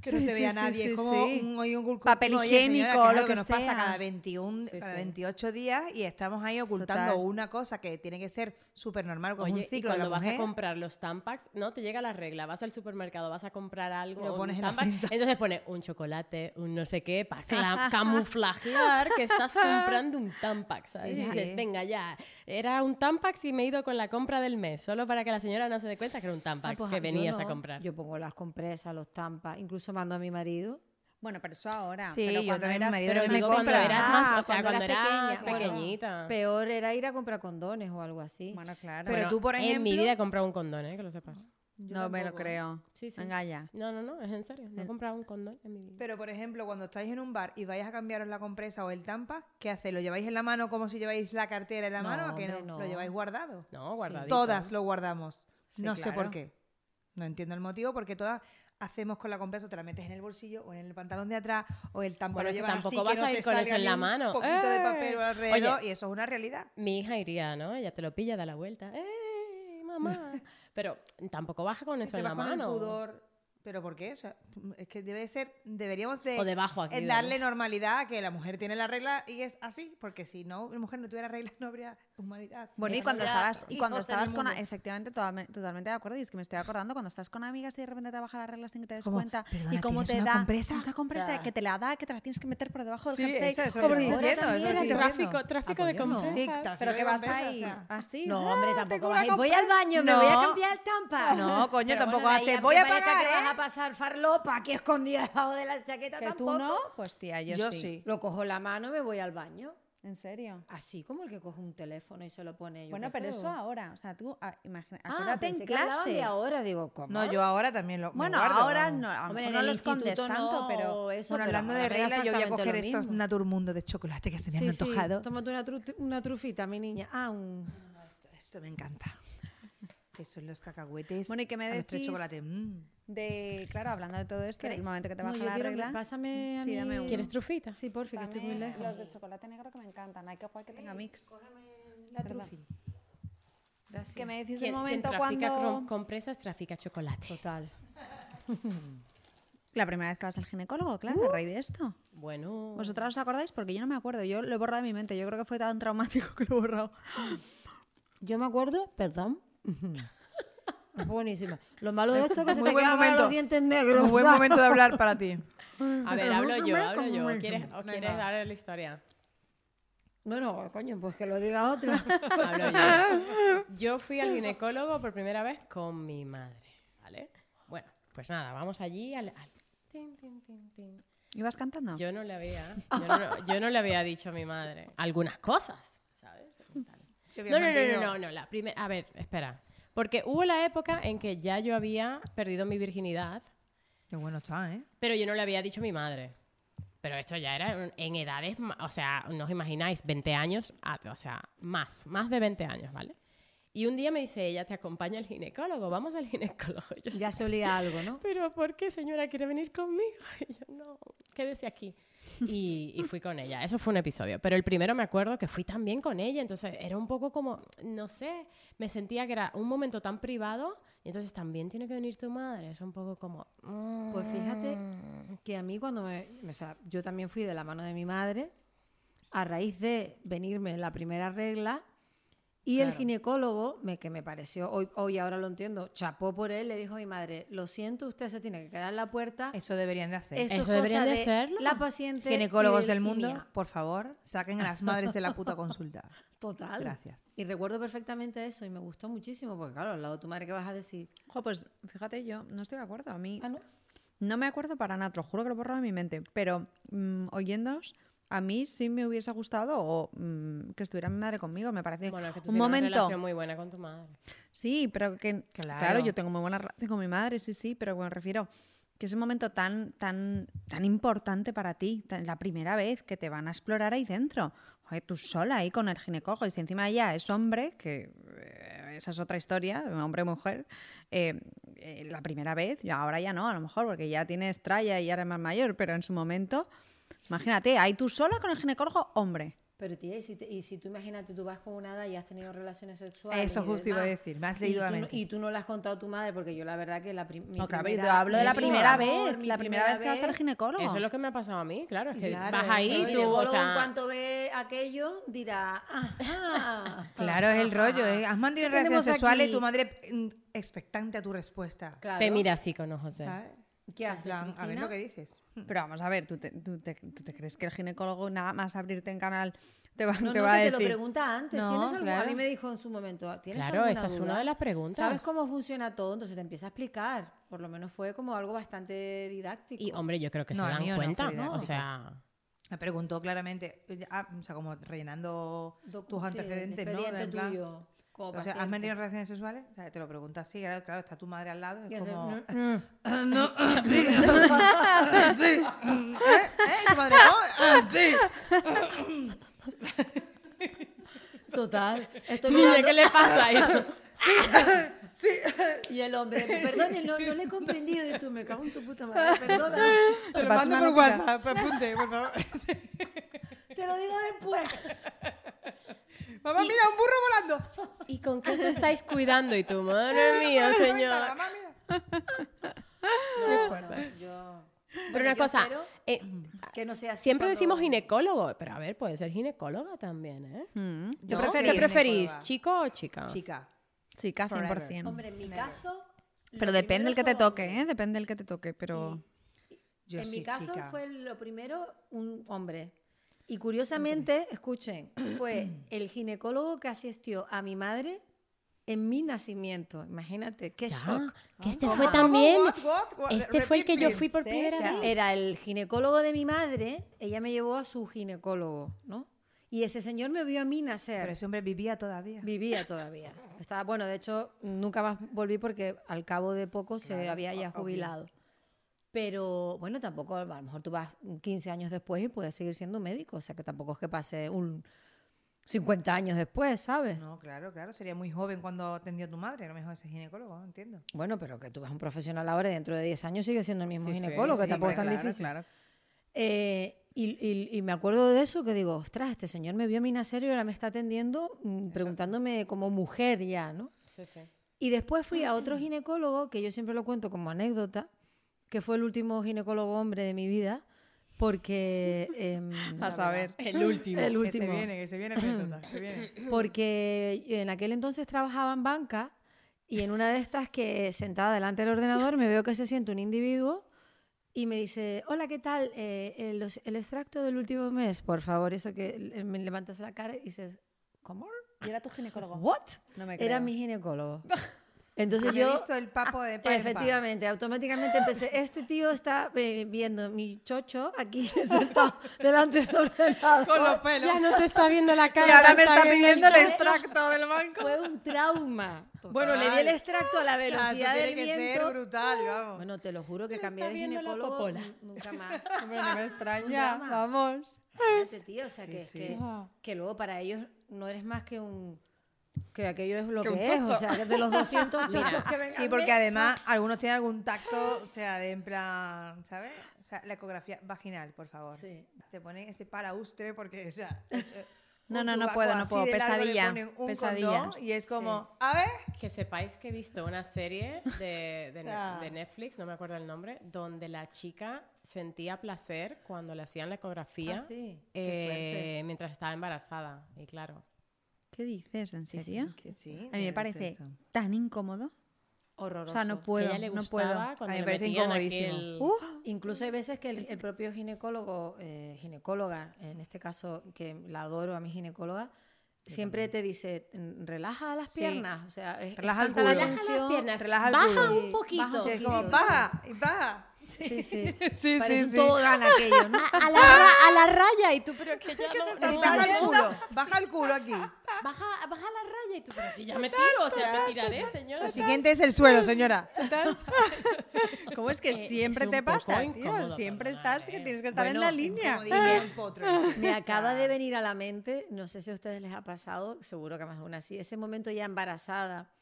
S2: que
S4: Sí,
S2: no te
S4: sí,
S2: vea
S4: sí,
S2: nadie.
S4: sí,
S2: es como
S4: sí.
S2: un, hoy un culco-
S4: Papel
S2: Oye, señora,
S4: higiénico,
S2: que es
S4: lo
S2: algo
S4: que
S2: que nos pasa
S4: sea.
S2: cada 21,
S1: Sí,
S2: cada
S1: sí.
S2: 28 días y estamos ahí ocultando
S4: Total.
S2: una cosa que tiene que ser súper normal, como
S1: Oye,
S2: un ciclo
S1: y
S2: de la
S1: cuando vas
S2: mujer.
S1: a comprar los Tampax, no te llega la regla, vas al supermercado, vas a comprar algo,
S2: Lo
S1: un
S2: pones en la
S1: Tampax,
S2: cinta.
S1: entonces pone un chocolate, un no sé qué, para camuflajear que estás comprando un Tampax, ¿sabes? Y
S2: Sí,
S1: dices,
S2: sí.
S1: venga ya, era un Tampax y me he ido con la compra del mes, solo para que la señora no se dé cuenta que era un Tampax
S3: Ah, pues
S1: que
S3: yo
S1: venías a
S3: no.
S1: comprar.
S3: Yo pongo las compresas, los tampas, incluso mando a mi marido.
S4: Bueno, pero eso ahora.
S2: Sí,
S4: pero
S2: yo
S4: cuando
S2: también, mi
S4: eras-
S2: marido
S4: pero
S2: también me
S4: digo,
S1: Digo, cuando
S2: compra.
S1: eras más, o sea,
S3: Ah,
S1: cuando,
S3: cuando eras
S1: eras
S3: pequeña, bueno.
S1: pequeñita.
S3: Peor era ir a comprar condones o algo
S2: Ah,
S3: así.
S4: Bueno, claro.
S2: Pero tú, por
S1: En mi
S2: ejemplo-
S1: vida he comprado un condón, ¿eh? que lo sepas.
S4: no me lo creo.
S1: Sí, sí.
S4: Venga ya.
S1: No, no, no, es en serio.
S2: Eh.
S1: No he comprado un condón en mi vida.
S2: Pero, por ejemplo, cuando estáis en un bar y vais a cambiaros la compresa o el tampa, ¿qué hacéis? ¿Lo lleváis en la mano como si lleváis la cartera en la
S3: No,
S2: mano o que no?
S3: hombre, no.
S2: ¿Lo lleváis guardado?
S1: no, guardadito.
S2: Todas lo guardamos.
S4: Sí,
S2: no sé
S4: claro.
S2: por qué. No entiendo el motivo, porque todas hacemos con la compresa, o te la metes en el bolsillo o en el pantalón de atrás o el tampón
S1: Bueno,
S2: lo
S1: es que
S2: llevas así,
S1: tampoco
S2: que
S1: vas
S2: no
S1: a
S2: te
S1: ir con eso
S2: salga
S1: en
S2: ni
S1: la
S2: un
S1: mano.
S2: poquito de
S1: ¡Eh!
S2: papel alrededor
S1: Oye.
S2: y eso es una realidad.
S1: Mi hija iría, ¿no? Ella te lo pilla, da la vuelta. ¡Eh, mamá! Pero tampoco baja con eso
S2: te
S1: en
S2: vas
S1: la
S2: con el
S1: mano.
S2: pudor. ¿Pero por qué? O sea, es que debe ser, deberíamos de,
S1: O debajo aquí.
S2: eh,
S1: ¿verdad?
S2: darle normalidad a que la mujer tiene la regla y es así, porque si no, la mujer no tuviera reglas no habría humanidad.
S4: Bueno, y
S2: Eso
S4: cuando
S2: ya,
S4: estabas, y
S2: hijos
S4: cuando
S2: del
S4: estabas con.
S2: mundo.
S4: Efectivamente, totalme- totalmente de acuerdo. Y es que me estoy acordando cuando estás con amigas y de repente te baja las reglas sin que te des
S2: Como,
S4: cuenta. y
S2: "Perdona,
S4: cómo te
S2: ¿tienes una
S4: da.
S2: compresa?".
S4: Esa compresa
S1: Ya.
S4: que te la da, que te la tienes que meter por debajo del
S2: Sí,
S4: jersey.
S2: eso- eso es lo
S4: Como
S2: que estoy
S4: ahora
S2: diciendo, eso es lo que
S4: también,
S2: estoy
S4: tra-
S2: diciendo.
S1: Tráfico, tráfico de
S3: Ah, coño, no.
S1: compras.
S2: Sí,
S4: Pero que vas
S2: compresa, o
S4: ahí.
S2: sea.
S4: Así.
S3: No,
S4: ah,
S3: hombre,
S4: tengo
S3: tampoco
S4: una
S3: vas a ir, Voy al
S4: compresa".
S3: baño, me voy a
S2: No.
S3: cambiar el tampa.
S2: No, coño, tampoco
S3: de
S2: vas a
S3: ahí
S2: hacer, "Voy a
S3: que parezca
S2: pagar,
S3: que
S2: ¿eh?".
S3: vas a pasar farlopa que escondida debajo de la chaqueta
S4: Que
S3: tampoco.
S4: tú no, pues tía, yo,
S2: Yo
S4: sí.
S2: sí.
S3: Lo cojo la mano y me voy al baño.
S4: ¿En serio?
S3: Así como el que coge un teléfono y se lo pone yo
S4: bueno,
S3: qué
S4: pero
S3: sé,
S4: eso
S3: o-
S4: ahora. O sea, tú, ah, imagina,
S3: Ah,
S4: acuérdate
S3: pensé
S4: en
S3: que hablaban de
S4: clase.
S3: ahora digo, ¿cómo?
S2: No, yo ahora también lo me
S4: Bueno,
S2: guardo.
S4: ahora no, a lo
S3: Hombre,
S4: mejor
S3: en
S4: no
S3: el
S4: lo escondes
S3: instituto
S4: tanto,
S3: no,
S4: pero
S3: eso,
S2: Bueno,
S3: pero
S2: hablando de
S3: ahora era
S2: reglas, yo voy a
S3: exactamente
S2: coger
S3: lo
S2: estos
S3: mismo.
S2: Naturmundo de chocolate que se me han antojado.
S3: Tómate una, tru- una trufita, mi niña. Ah, un...
S2: No, esto, esto me encanta. Que son los cacahuetes.
S4: Bueno, ¿y qué me
S2: a los tres
S4: decís?
S2: chocolates. Mm.
S4: de, claro, hablando de todo esto, el
S2: ¿Queréis?
S4: momento que te baja
S3: yo
S4: la
S3: quiero que-
S4: regla.
S3: Pásame a
S4: Sí,
S3: mí-
S4: dame uno.
S1: ¿Quieres trufitas?
S3: Sí, porfi, que estoy muy
S4: Dame
S3: lejos.
S4: Los de chocolate negro que me encantan. Hay que guay que tenga mix.
S3: La
S4: Perdón.
S3: trufi. Gracias.
S4: Que me decís el
S1: Quien- quien
S4: momento
S1: trafica
S4: cuando...
S1: crom- compresas, trafica chocolate.
S3: Total.
S4: La primera vez que vas al ginecólogo, claro, a raíz de esto.
S3: Uh.
S1: Bueno.
S4: ¿Vosotras os acordáis? Porque yo no me acuerdo. Yo lo he borrado de mi mente. Yo creo que fue tan traumático que lo he borrado.
S3: Yo me acuerdo, perdón. Buenísima. Lo malo de esto es que se
S2: Muy
S3: te
S2: buen
S3: quedan ahora
S2: momento.
S3: los dientes negros.
S2: Un buen
S3: ¿sabes?
S2: momento de hablar para ti.
S1: A ver, hablo yo, hablo yo. ¿O ¿Quieres, o quieres
S2: Venga.
S1: dar la historia?
S3: Bueno, coño, pues que lo diga otra.
S1: Hablo yo. Yo fui al ginecólogo por primera vez con mi madre, ¿vale? Bueno, pues nada, vamos allí al... al- tin, tin, tin, tin.
S4: ¿Ibas cantando?
S1: Yo no le había, yo no, yo no le había dicho a mi madre algunas cosas, ¿sabes? No, no, no, no, no, no, la primera, a ver, espera. Porque hubo la época en que ya yo había perdido mi virginidad,
S2: Qué bueno está, ¿eh?
S1: pero yo no le había dicho a mi madre. Pero esto ya era en- en edades, ma- o sea, no os imagináis, 20 años, ah, o sea, más, más de 20 años, ¿vale? Y un día me dice ella, te acompaña al ginecólogo, vamos al ginecólogo. Yo,
S3: Ya se olía algo, ¿no?
S1: pero ¿por qué señora quiere venir conmigo? Y yo, no, quédese aquí. Y, y fui con ella, eso fue un episodio. Pero el primero me acuerdo que fui también con ella, entonces era un poco como, no sé, me sentía que era un momento tan privado y entonces también tiene que venir tu madre, es un poco como... mm,
S3: Pues fíjate que a mí cuando me... O sea, yo también fui de la mano de mi madre, a raíz de venirme la primera regla, Y el
S2: Claro.
S3: ginecólogo, me, que me pareció, hoy, hoy ahora lo entiendo, chapó por él, le dijo a mi madre, lo siento, usted se tiene que quedar en la puerta.
S2: Eso deberían de hacer.
S3: Esto es
S1: Eso
S3: cosa
S1: deberían de
S3: de
S1: serlo.
S3: La paciente. y
S2: Ginecólogos del
S3: del- Este y
S2: mundo,
S3: mía".
S2: por favor, saquen a las madres de la puta consulta.
S3: Total.
S2: Gracias.
S3: Y recuerdo perfectamente eso y me gustó muchísimo, porque claro, al lado de tu madre, ¿qué vas a decir?
S4: Jo, pues fíjate, yo no estoy de acuerdo. A mí
S3: Ah, no.
S4: no me acuerdo para nada, te lo juro que lo he borrado de mi mente. Pero mm, oyéndoos, a mí sí me hubiese gustado o mm, que estuviera mi madre conmigo. Me parece
S1: Bueno, que tú
S4: un
S1: tienes una
S4: momento.
S1: relación muy buena con tu madre.
S4: Sí, pero que claro.
S2: Claro.
S4: yo tengo muy buena relación con mi madre, sí, sí, pero me refiero que ese momento tan tan tan importante para ti, tan- la primera vez que te van a explorar ahí dentro, Joder, tú sola ahí con el ginecólogo y si encima ya es hombre, que eh, esa es otra historia, hombre o mujer, eh, eh, la primera vez, yo ahora ya no, a lo mejor porque ya tienes tralla y ya eres más mayor, pero en su momento, imagínate, ahí tú sola con el ginecólogo hombre.
S3: Pero tía, y si, te- y si tú imagínate, tú vas con una edad y has tenido relaciones sexuales.
S2: Eso
S3: y
S2: justo iba a
S3: demás,
S2: decir, me has
S3: y
S2: leído
S3: tú
S2: la
S3: no-
S2: mente.
S3: Y tú no le has contado a tu madre, porque yo la verdad que la prim- mi
S4: No, claro, yo
S3: primera...
S4: te hablo de la
S3: Eso,
S4: primera
S3: amor,
S4: vez,
S3: mi
S4: la primera vez que vas al ginecólogo.
S1: Eso es lo que me ha pasado a mí, claro. Es que
S4: Claro,
S1: vas ahí
S3: Pero
S1: y
S3: el
S1: tú, o
S3: ginecólogo, en
S1: sea,
S3: cuanto ve aquello, dirá... "Ajá".
S2: Claro, es el rollo. ¿eh? Has mantenido
S3: ¿Qué tenemos
S2: relaciones sexuales y
S3: aquí?
S2: tu madre mm, expectante a tu respuesta.
S3: Claro.
S1: te mira así con ojos de...
S2: ¿Sabes?
S3: ¿Qué
S2: En
S3: haces,
S2: plan, A ver
S3: Cristina?
S2: lo que dices.
S4: Pero vamos a ver, ¿tú te, tú te- tú te crees que el ginecólogo nada más abrirte en canal te va,
S3: No,
S4: te
S3: no,
S4: va a
S3: que
S4: decir?
S3: te lo pregunta antes.
S4: No,
S3: ¿Tienes algo? A
S4: claro.
S3: mí me dijo en su momento, ¿tienes
S1: Claro,
S3: alguna
S1: esa es una
S3: duda?
S1: de las preguntas.
S3: ¿Sabes cómo funciona todo? Entonces te empieza a explicar. Por lo menos fue como algo bastante didáctico.
S1: Y hombre, yo creo que
S2: No,
S1: se
S2: el
S1: dan
S2: mío no,
S1: cuenta,
S2: Frida,
S1: ¿no? O
S2: no.
S1: sea,
S2: Me preguntó claramente, eh, ah, o sea, como rellenando
S3: Docu-
S2: tus
S3: sí,
S2: antecedentes, ¿no?
S3: expediente
S2: De en plan,
S3: tuyo, como
S2: o sea, ¿has
S3: paciente.
S2: mantenido relaciones sexuales? O sea, te lo preguntas así, claro, claro, está tu madre al lado,
S3: Y
S2: es
S3: hacer,
S2: como...
S3: "Mm, mm".
S2: ¿Eh? ¿Eh? ¿Tu madre? "Oh, ah, sí".
S3: Total. Estoy
S1: Mira,
S3: mirando-
S1: ¿qué le pasa? Y-
S3: Y el hombre, perdón, no, no le he comprendido. Y tú, me cago en tu puta madre, perdona.
S2: Se
S4: Te
S2: lo
S4: paso
S2: mando
S4: una
S2: por
S4: notita.
S2: WhatsApp, pues, apunte, por favor.
S3: Te lo digo después.
S2: Mamá, mira, un burro volando.
S1: ¿Y con qué os estáis cuidando? Y tu madre mía,
S2: Por la ventana,
S1: señor.
S2: Mamá, mira.
S3: No, no, yo...
S1: Pero una
S3: yo
S1: cosa,
S3: espero
S1: eh,
S3: que no sea así
S1: siempre
S3: cuando-
S1: decimos ginecólogo, pero a ver, puede ser ginecóloga también, ¿eh?
S4: Mm,
S2: Yo
S1: ¿No?
S2: preferí
S1: ¿Qué preferís,
S2: ginecóloga.
S1: chico o chica?
S2: Chica.
S4: chica,
S2: Forever.
S4: 100%.
S3: Hombre, en mi caso... lo
S4: pero depende
S3: primero
S4: el que te
S3: fue
S4: toque,
S3: hombre.
S4: ¿eh? Depende el que te toque, pero...
S2: Yo
S3: en mi
S2: sí,
S3: caso
S2: chica.
S3: fue lo primero un hombre. Y curiosamente, escuchen, fue el ginecólogo que asistió a mi madre en mi nacimiento. Imagínate, qué
S1: Ya,
S3: shock.
S1: que este
S2: ¿Cómo,
S1: fue
S2: cómo,
S1: también...
S2: what, what, what?
S1: Este fue el que
S2: Repeat,
S1: yo
S2: please.
S1: fui por
S3: Sí, o
S1: primera
S3: sea,
S1: vez.
S3: era el ginecólogo de mi madre, ella me llevó a su ginecólogo, ¿no? Y ese señor me vio a mí nacer.
S2: Pero ese hombre vivía todavía.
S3: Vivía todavía. Estaba, bueno, de hecho, nunca más volví porque al cabo de poco se había ya jubilado. Pero bueno, tampoco, a lo mejor tú vas 15 años después y puedes seguir siendo médico. O sea, que tampoco es que pase un 50 años después, ¿sabes?
S2: No, claro, claro. Sería muy joven cuando atendió a tu madre, a lo mejor ese ginecólogo, no entiendo.
S3: Bueno, pero que tú vas a un profesional ahora y dentro de 10 años sigue siendo el mismo
S2: Sí, sí,
S3: ginecólogo,
S2: sí,
S3: que tampoco
S2: hombre,
S3: es tan
S2: claro,
S3: difícil. Eh, y, y- y me acuerdo de eso que digo, ostras, este señor me vio a mí nacer y ahora me está atendiendo mm, preguntándome como mujer ya, ¿no?
S1: Sí, sí.
S3: Y después fui a otro ginecólogo, que yo siempre lo cuento como anécdota, que fue el último ginecólogo hombre de mi vida, porque... em, la
S4: A saber.
S1: El último.
S3: verdad, El
S2: Que se
S3: último.
S2: viene, que se viene, anécdota, se viene.
S3: Porque en aquel entonces trabajaba en banca y en una de estas que sentada delante del ordenador me veo que se siente un individuo y me dice, hola, ¿qué tal? Eh, eh, los- el, extracto del último mes, por favor, eso que eh, me levantas la cara y dices, ¿cómo?
S4: ¿Y era tu ginecólogo?
S3: ¿What?
S4: No me creo.
S3: Era mi ginecólogo. Entonces
S2: Yo he
S3: yo...
S2: visto el papo de pa en pa.
S3: Efectivamente, automáticamente empecé. Este tío está eh, viendo mi chocho aquí sentado delante del ordenador.
S2: Con los pelos.
S1: Ya no te está viendo la cara.
S2: Y ahora
S1: te
S2: me está
S1: viendo
S2: pidiendo el
S1: cara.
S2: extracto del banco.
S3: Fue un trauma. Bueno, le di el extracto a la
S2: O sea,
S3: velocidad
S2: eso tiene
S3: del
S2: que
S3: viento. Uh,
S2: ser brutal, vamos.
S3: Bueno, te lo juro que
S1: Me
S3: cambié
S1: está
S3: de
S1: viendo la
S3: ginecólogo
S1: popola.
S3: n- nunca más.
S4: Hombre, no me extraña,
S3: drama.
S4: vamos.
S3: Fíjate, tío, o sea, que,
S2: sí.
S3: Que, que luego para ellos no eres más que un... Que aquello es lo
S4: Que
S3: que,
S4: un
S3: es, o
S4: chocho.
S3: sea, que de los 200 chochos que vengan.
S2: Sí, porque
S3: de-
S2: además algunos tienen algún tacto, o sea, de en plan, ¿sabes? O sea, la ecografía vaginal, por favor.
S3: Sí.
S2: Te ponen ese paraustre porque, o sea... es, eh,
S4: No,
S2: un
S4: no, no
S2: tubaco
S4: puedo, no
S2: así
S4: puedo,
S2: de largo, le
S4: pesadilla,
S2: ponen un
S4: pesadilla.
S2: condón y es como, a ver,
S1: Que sepáis que he visto una serie de, de,
S2: O sea-
S1: de Netflix, no me acuerdo el nombre, donde la chica sentía placer cuando le hacían la ecografía
S3: Ah, sí. Qué
S1: eh,
S3: suerte.
S1: mientras estaba embarazada. Y claro,
S4: ¿Qué dices? ¿En
S1: Sí, sí,
S4: serio?
S2: Que sí,
S4: A mí me
S2: gusta
S4: parece
S2: esto.
S4: tan incómodo.
S3: Horroroso.
S4: O sea, no
S1: Que a
S4: puedo,
S1: ella le
S4: no
S1: gustaba
S4: puedo.
S1: cuando
S2: A mí me
S1: le
S2: parece
S1: metían
S2: incomodísimo.
S1: aquel-
S4: Uf,
S3: Incluso hay veces que el, el propio ginecólogo, eh, ginecóloga, en este caso que la adoro a mi ginecóloga, siempre te dice, "Mm, relaja las
S2: Sí.
S3: piernas. O sea, es, es
S2: Relaja el
S3: tanta la
S2: culo.
S1: Relaja las
S3: tensión.
S1: piernas,
S2: relaja el
S1: baja
S2: culo.
S1: un poquito.
S3: Baja
S2: Sí, es como
S3: poquito.
S2: baja y baja.
S3: Sí, sí.
S2: Sí,
S3: Parece
S2: sí,
S3: un
S2: sí.
S3: tobogán aquello, ¿no?
S1: a, la, ra- a la raya y tú, pero que ya no,
S2: Y
S1: no
S2: baja el
S1: avanzo.
S2: culo. Baja el culo aquí.
S1: Baja, baja la raya y tú, pero si ya me tiro, o sea, me tiraré, señora.
S2: Lo siguiente es el suelo, señora.
S4: ¿Cómo es que
S1: Eh,
S4: siempre
S1: es
S4: te
S1: un poco
S4: pasa, tío?
S1: incómodo,
S4: Siempre
S1: perdona,
S4: estás que
S1: eh.
S4: tienes que estar en
S2: Bueno,
S4: la línea.
S2: incomodidad, un potro ese.
S3: Me
S2: O sea,
S3: acaba de venir a la mente, no sé si a ustedes les ha pasado, seguro que a más de una así, ese momento ya embarazada,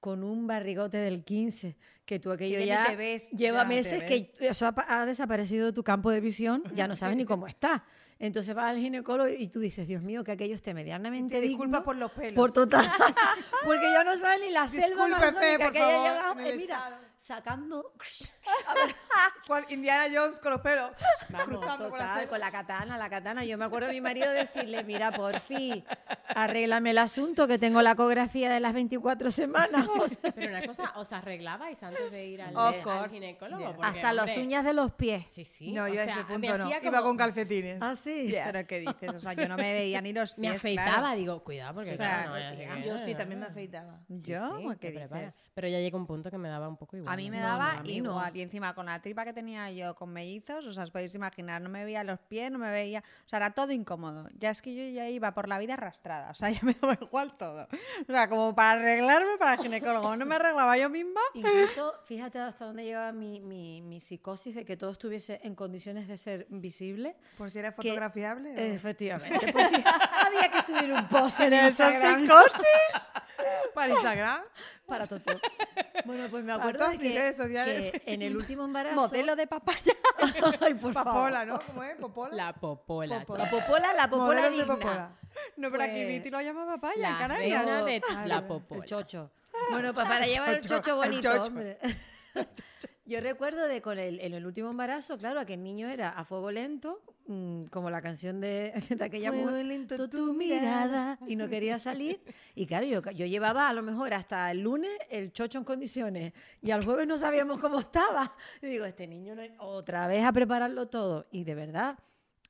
S3: con un barrigote del 15, que tú aquello
S2: ya ni
S3: ya,
S2: te ves,
S3: lleva
S2: ya ni te
S3: meses que eso ha, pa- ha desaparecido tu campo de visión, ya no sabes ni cómo está. Entonces vas al ginecólogo y tú dices, Dios mío, que aquello esté medianamente
S2: Te disculpas
S3: digno,
S2: por los pelos.
S3: por total, porque ya no sabes ni la selva
S2: Discúlpeme,
S3: amazónica
S2: por
S3: que ella
S2: favor,
S3: lleva,
S2: en el
S3: eh, mira,
S2: estado.
S3: sacando
S2: ¿Cuál? Indiana Jones con los pelos
S3: Vamos,
S2: cruzando por la
S3: total,
S2: selva.
S3: con la katana, la katana. Yo me acuerdo de mi marido decirle, mira, por fin, arréglame el asunto que tengo la ecografía de las 24 semanas. O sea,
S1: Pero una cosa, ¿os arreglabais antes de ir al,
S2: Of
S1: al
S2: course.
S1: ginecólogo?
S2: Yes.
S1: Porque,
S3: Hasta las
S1: hombre,
S3: uñas de los pies.
S1: Sí, sí.
S2: No,
S1: o
S2: yo a ese
S1: sea, me
S2: punto no.
S1: hacía
S2: Iba
S1: como-
S2: con calcetines.
S3: Ah, sí.
S4: Pero ¿qué dices? O sea, yo no me veía ni los pies.
S1: Me afeitaba,
S4: claro.
S1: digo, cuidado, porque
S2: O
S1: claro,
S2: sea,
S1: no vaya a ser que-
S3: Yo sí,
S1: no,
S3: también me
S1: no.
S3: afeitaba.
S1: Sí,
S4: ¿Yo?
S1: sí,
S4: ¿Qué
S1: te
S4: dices?
S1: preparas. Pero ya llegó un punto que me daba un poco igual.
S4: A mí me
S3: No, no,
S4: daba
S3: a mí no.
S4: igual. Y encima con la tripa que tenía yo con mellizos, o sea, os podéis imaginar, no me veía los pies, no me veía. O sea, era todo incómodo. Ya es que yo ya iba por la vida arrastrada. O sea, ya me daba igual todo. O sea, como para arreglarme para el ginecólogo. No me arreglaba yo misma.
S3: Incluso, fíjate hasta dónde lleva mi, mi- mi psicosis de que todo estuviese en condiciones de ser visible.
S2: Por si era
S3: que-
S2: fotografiable. o-
S3: Efectivamente. Pues sí, había que subir un post en
S4: Pero eso es
S3: Instagram.
S4: psicosis.
S2: Para Instagram.
S3: Para todo. Bueno, pues me
S2: Para
S3: acuerdo
S2: todas
S3: de
S2: mis
S3: que,
S2: redes sociales.
S3: que en el último embarazo.
S4: Modelo de papaya.
S3: Ay, por favor.
S2: Papola, ¿no? ¿Cómo es? Popola.
S1: La popola.
S2: Popola.
S3: La popola, la popola
S2: Modelos de
S3: digna.
S2: popola.
S4: No, pero aquí
S3: Pues,
S4: Viti lo llama papaya en
S1: La
S4: Canarias.
S1: reina de
S2: Claro.
S1: la popola.
S3: El chocho. Bueno, pa- para llevar el
S2: chocho,
S3: chocho
S2: Ah, el
S3: bonito,
S2: chocho.
S3: hombre. Yo recuerdo de con el, en el último embarazo, claro, aquel niño era a fuego lento, mm, como la canción de, de aquella
S2: Fuego
S3: mujer.
S2: lento
S3: "Tú,
S2: tu mirada".
S3: y no quería salir. Y claro, yo, yo llevaba a lo mejor hasta el lunes el chocho en condiciones y al jueves no sabíamos cómo estaba. Y digo, este niño no- otra vez a prepararlo todo. Y de verdad,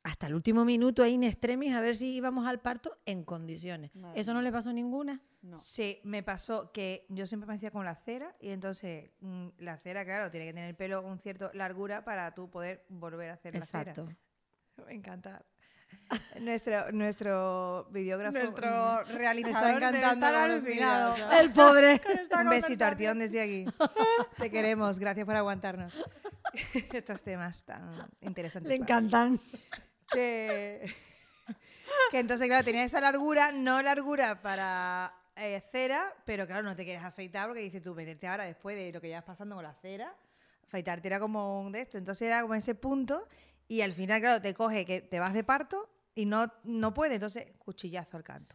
S3: hasta el último minuto ahí en extremis a ver si íbamos al parto en condiciones.
S4: Madre
S3: ¿Eso no le pasó a ninguna?
S4: No.
S2: Sí, me pasó que yo siempre me hacía con la cera y entonces mm, la cera, claro, tiene que tener el pelo un cierto largura para tú poder volver a hacer
S3: Exacto.
S2: la cera. Me encanta. Nuestro, nuestro videógrafo
S4: Nuestro
S2: mm, me está
S4: realizador debe
S2: encantando
S4: estar
S2: ahora los
S4: alucinado.
S2: videos, ¿sabes?
S3: El pobre.
S4: Esta
S2: Un besito,
S4: conversación.
S2: Artión, desde aquí. Te queremos, gracias por aguantarnos estos temas tan interesantes.
S3: Le
S2: para
S3: encantan.
S2: que, que entonces, claro, tenía esa largura, no largura para eh, cera, pero claro, no te quieres afeitar porque dices tú, meterte ahora después de lo que llevas pasando con la cera, afeitarte era como un de esto. Entonces era como ese punto y al final, claro, te coge que te vas de parto y no, no puedes, entonces cuchillazo al canto.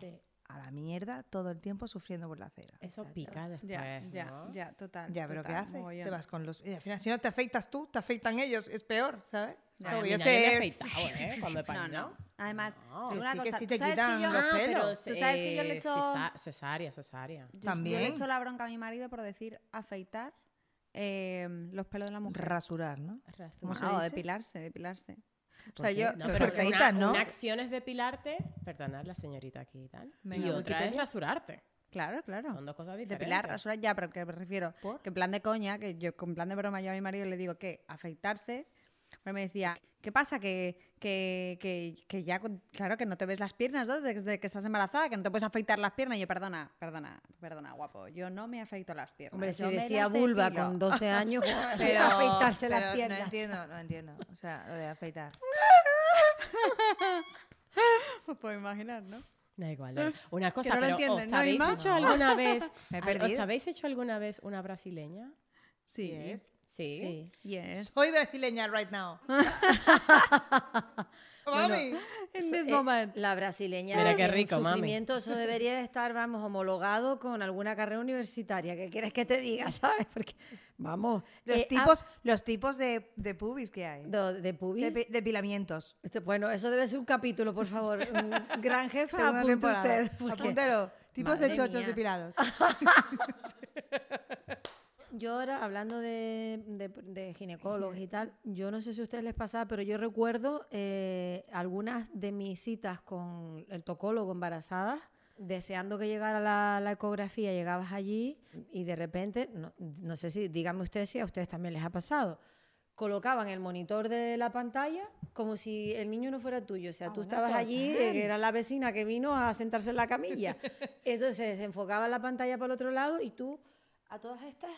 S2: A la mierda todo el tiempo sufriendo por la cera.
S1: Eso
S3: Exacto.
S1: pica después.
S4: Ya, ya,
S1: Pues ¿no?
S4: ya, total.
S2: Ya, pero ¿qué
S4: total,
S2: haces?
S4: mogollón.
S2: Te vas con los... Y al final, si no te afeitas tú, te afeitan ellos. Es peor, ¿sabes?
S1: Ay,
S2: Como
S1: a mí
S2: yo
S1: nadie me
S2: te-
S1: ha afeitado, ¿eh? Cuando he
S4: No,
S1: parido.
S4: no. Además,
S1: No.
S4: te digo
S2: Que
S4: una
S2: sí, que
S4: cosa,
S2: sí te
S4: ¿tú sabes que
S2: quitan
S4: yo-
S2: los
S1: Ah, pero
S2: pelos.
S4: Tú sabes que yo le
S1: eh,
S4: echo-
S1: cesa- cesárea, cesárea.
S4: Yo- Yo le
S2: También.
S4: echo la bronca a mi marido por decir afeitar eh, los pelos de la mujer.
S2: Rasurar, ¿no? ¿Cómo se
S4: No,
S2: dice?
S4: depilarse, depilarse. O
S2: ¿Por
S4: sea,
S2: qué?
S4: yo.
S1: No,
S2: Pero
S1: pero
S2: porque
S1: una,
S2: afeitas, ¿no?
S1: una acción es depilarte, perdonad la señorita aquí y tal,
S2: Venga,
S1: y
S2: muy
S1: otra es
S2: criterio.
S1: rasurarte.
S4: Claro, claro.
S1: Son dos cosas diferentes.
S4: Depilar, rasurar ya, pero que me refiero.
S2: ¿Por?
S4: Que en plan de coña, que yo con plan de broma yo a mi marido le digo que afeitarse. Pero me decía, ¿qué pasa? Que, que, que, que ya, con- claro, que no te ves las piernas ¿no? desde que estás embarazada, que no te puedes afeitar las piernas. Y yo, perdona, perdona, perdona, guapo, yo no me afeito las piernas.
S3: Hombre, si
S4: yo me
S3: decía
S4: las
S3: vulva
S4: depilo".
S3: con 12 años, ¿cómo va a ser
S2: Pero-
S3: afeitarse
S2: pero
S3: las piernas?
S2: No entiendo, no entiendo. O sea, lo de afeitar.
S4: Me puedo imaginar, ¿no?
S1: Da igual. eh. Una cosa,
S4: no lo
S1: pero
S4: entienden,
S1: ¿os
S4: ¿no,
S1: habéis
S4: Inma?
S1: hecho alguna vez,
S2: Me he
S1: al- ¿os
S2: perdido.
S1: habéis hecho alguna vez una brasileña?
S4: Sí.
S2: Yes.
S1: Sí.
S3: Sí.
S4: Yes.
S2: Soy brasileña right now. Mami. En
S3: So-
S2: this
S3: eh,
S2: moment.
S3: La brasileña.
S1: Mira qué
S3: es un
S1: rico, mami.
S3: sufrimiento, Eso debería de estar, vamos, homologado con alguna carrera universitaria. ¿Qué quieres que te diga, sabes? Porque, vamos.
S2: Los
S3: eh, ah,
S2: tipos, los tipos de, de pubis que hay.
S3: do- de pubis.
S2: De pi- depilamientos.
S3: Este, bueno, eso debe ser un capítulo, por favor. Mm, Gran jefa,
S2: Segunda
S3: apunte
S2: temporada.
S3: usted. porque
S2: Apúntalo. Tipos
S3: Madre
S2: de chochos
S3: mía.
S2: depilados.
S3: Yo ahora, hablando de, de- de ginecólogos y tal, yo no sé si a ustedes les pasaba, pero yo recuerdo eh, algunas de mis citas con el tocólogo embarazadas, deseando que llegara la, la ecografía, llegabas allí y de repente, no, no sé si, díganme ustedes si a ustedes también les ha pasado, colocaban el monitor de la pantalla como si el niño no fuera tuyo. O sea, tú estabas allí, eh, que era la vecina que vino a sentarse en la camilla. Entonces, se enfocaba la pantalla para el otro lado y tú, a todas estas,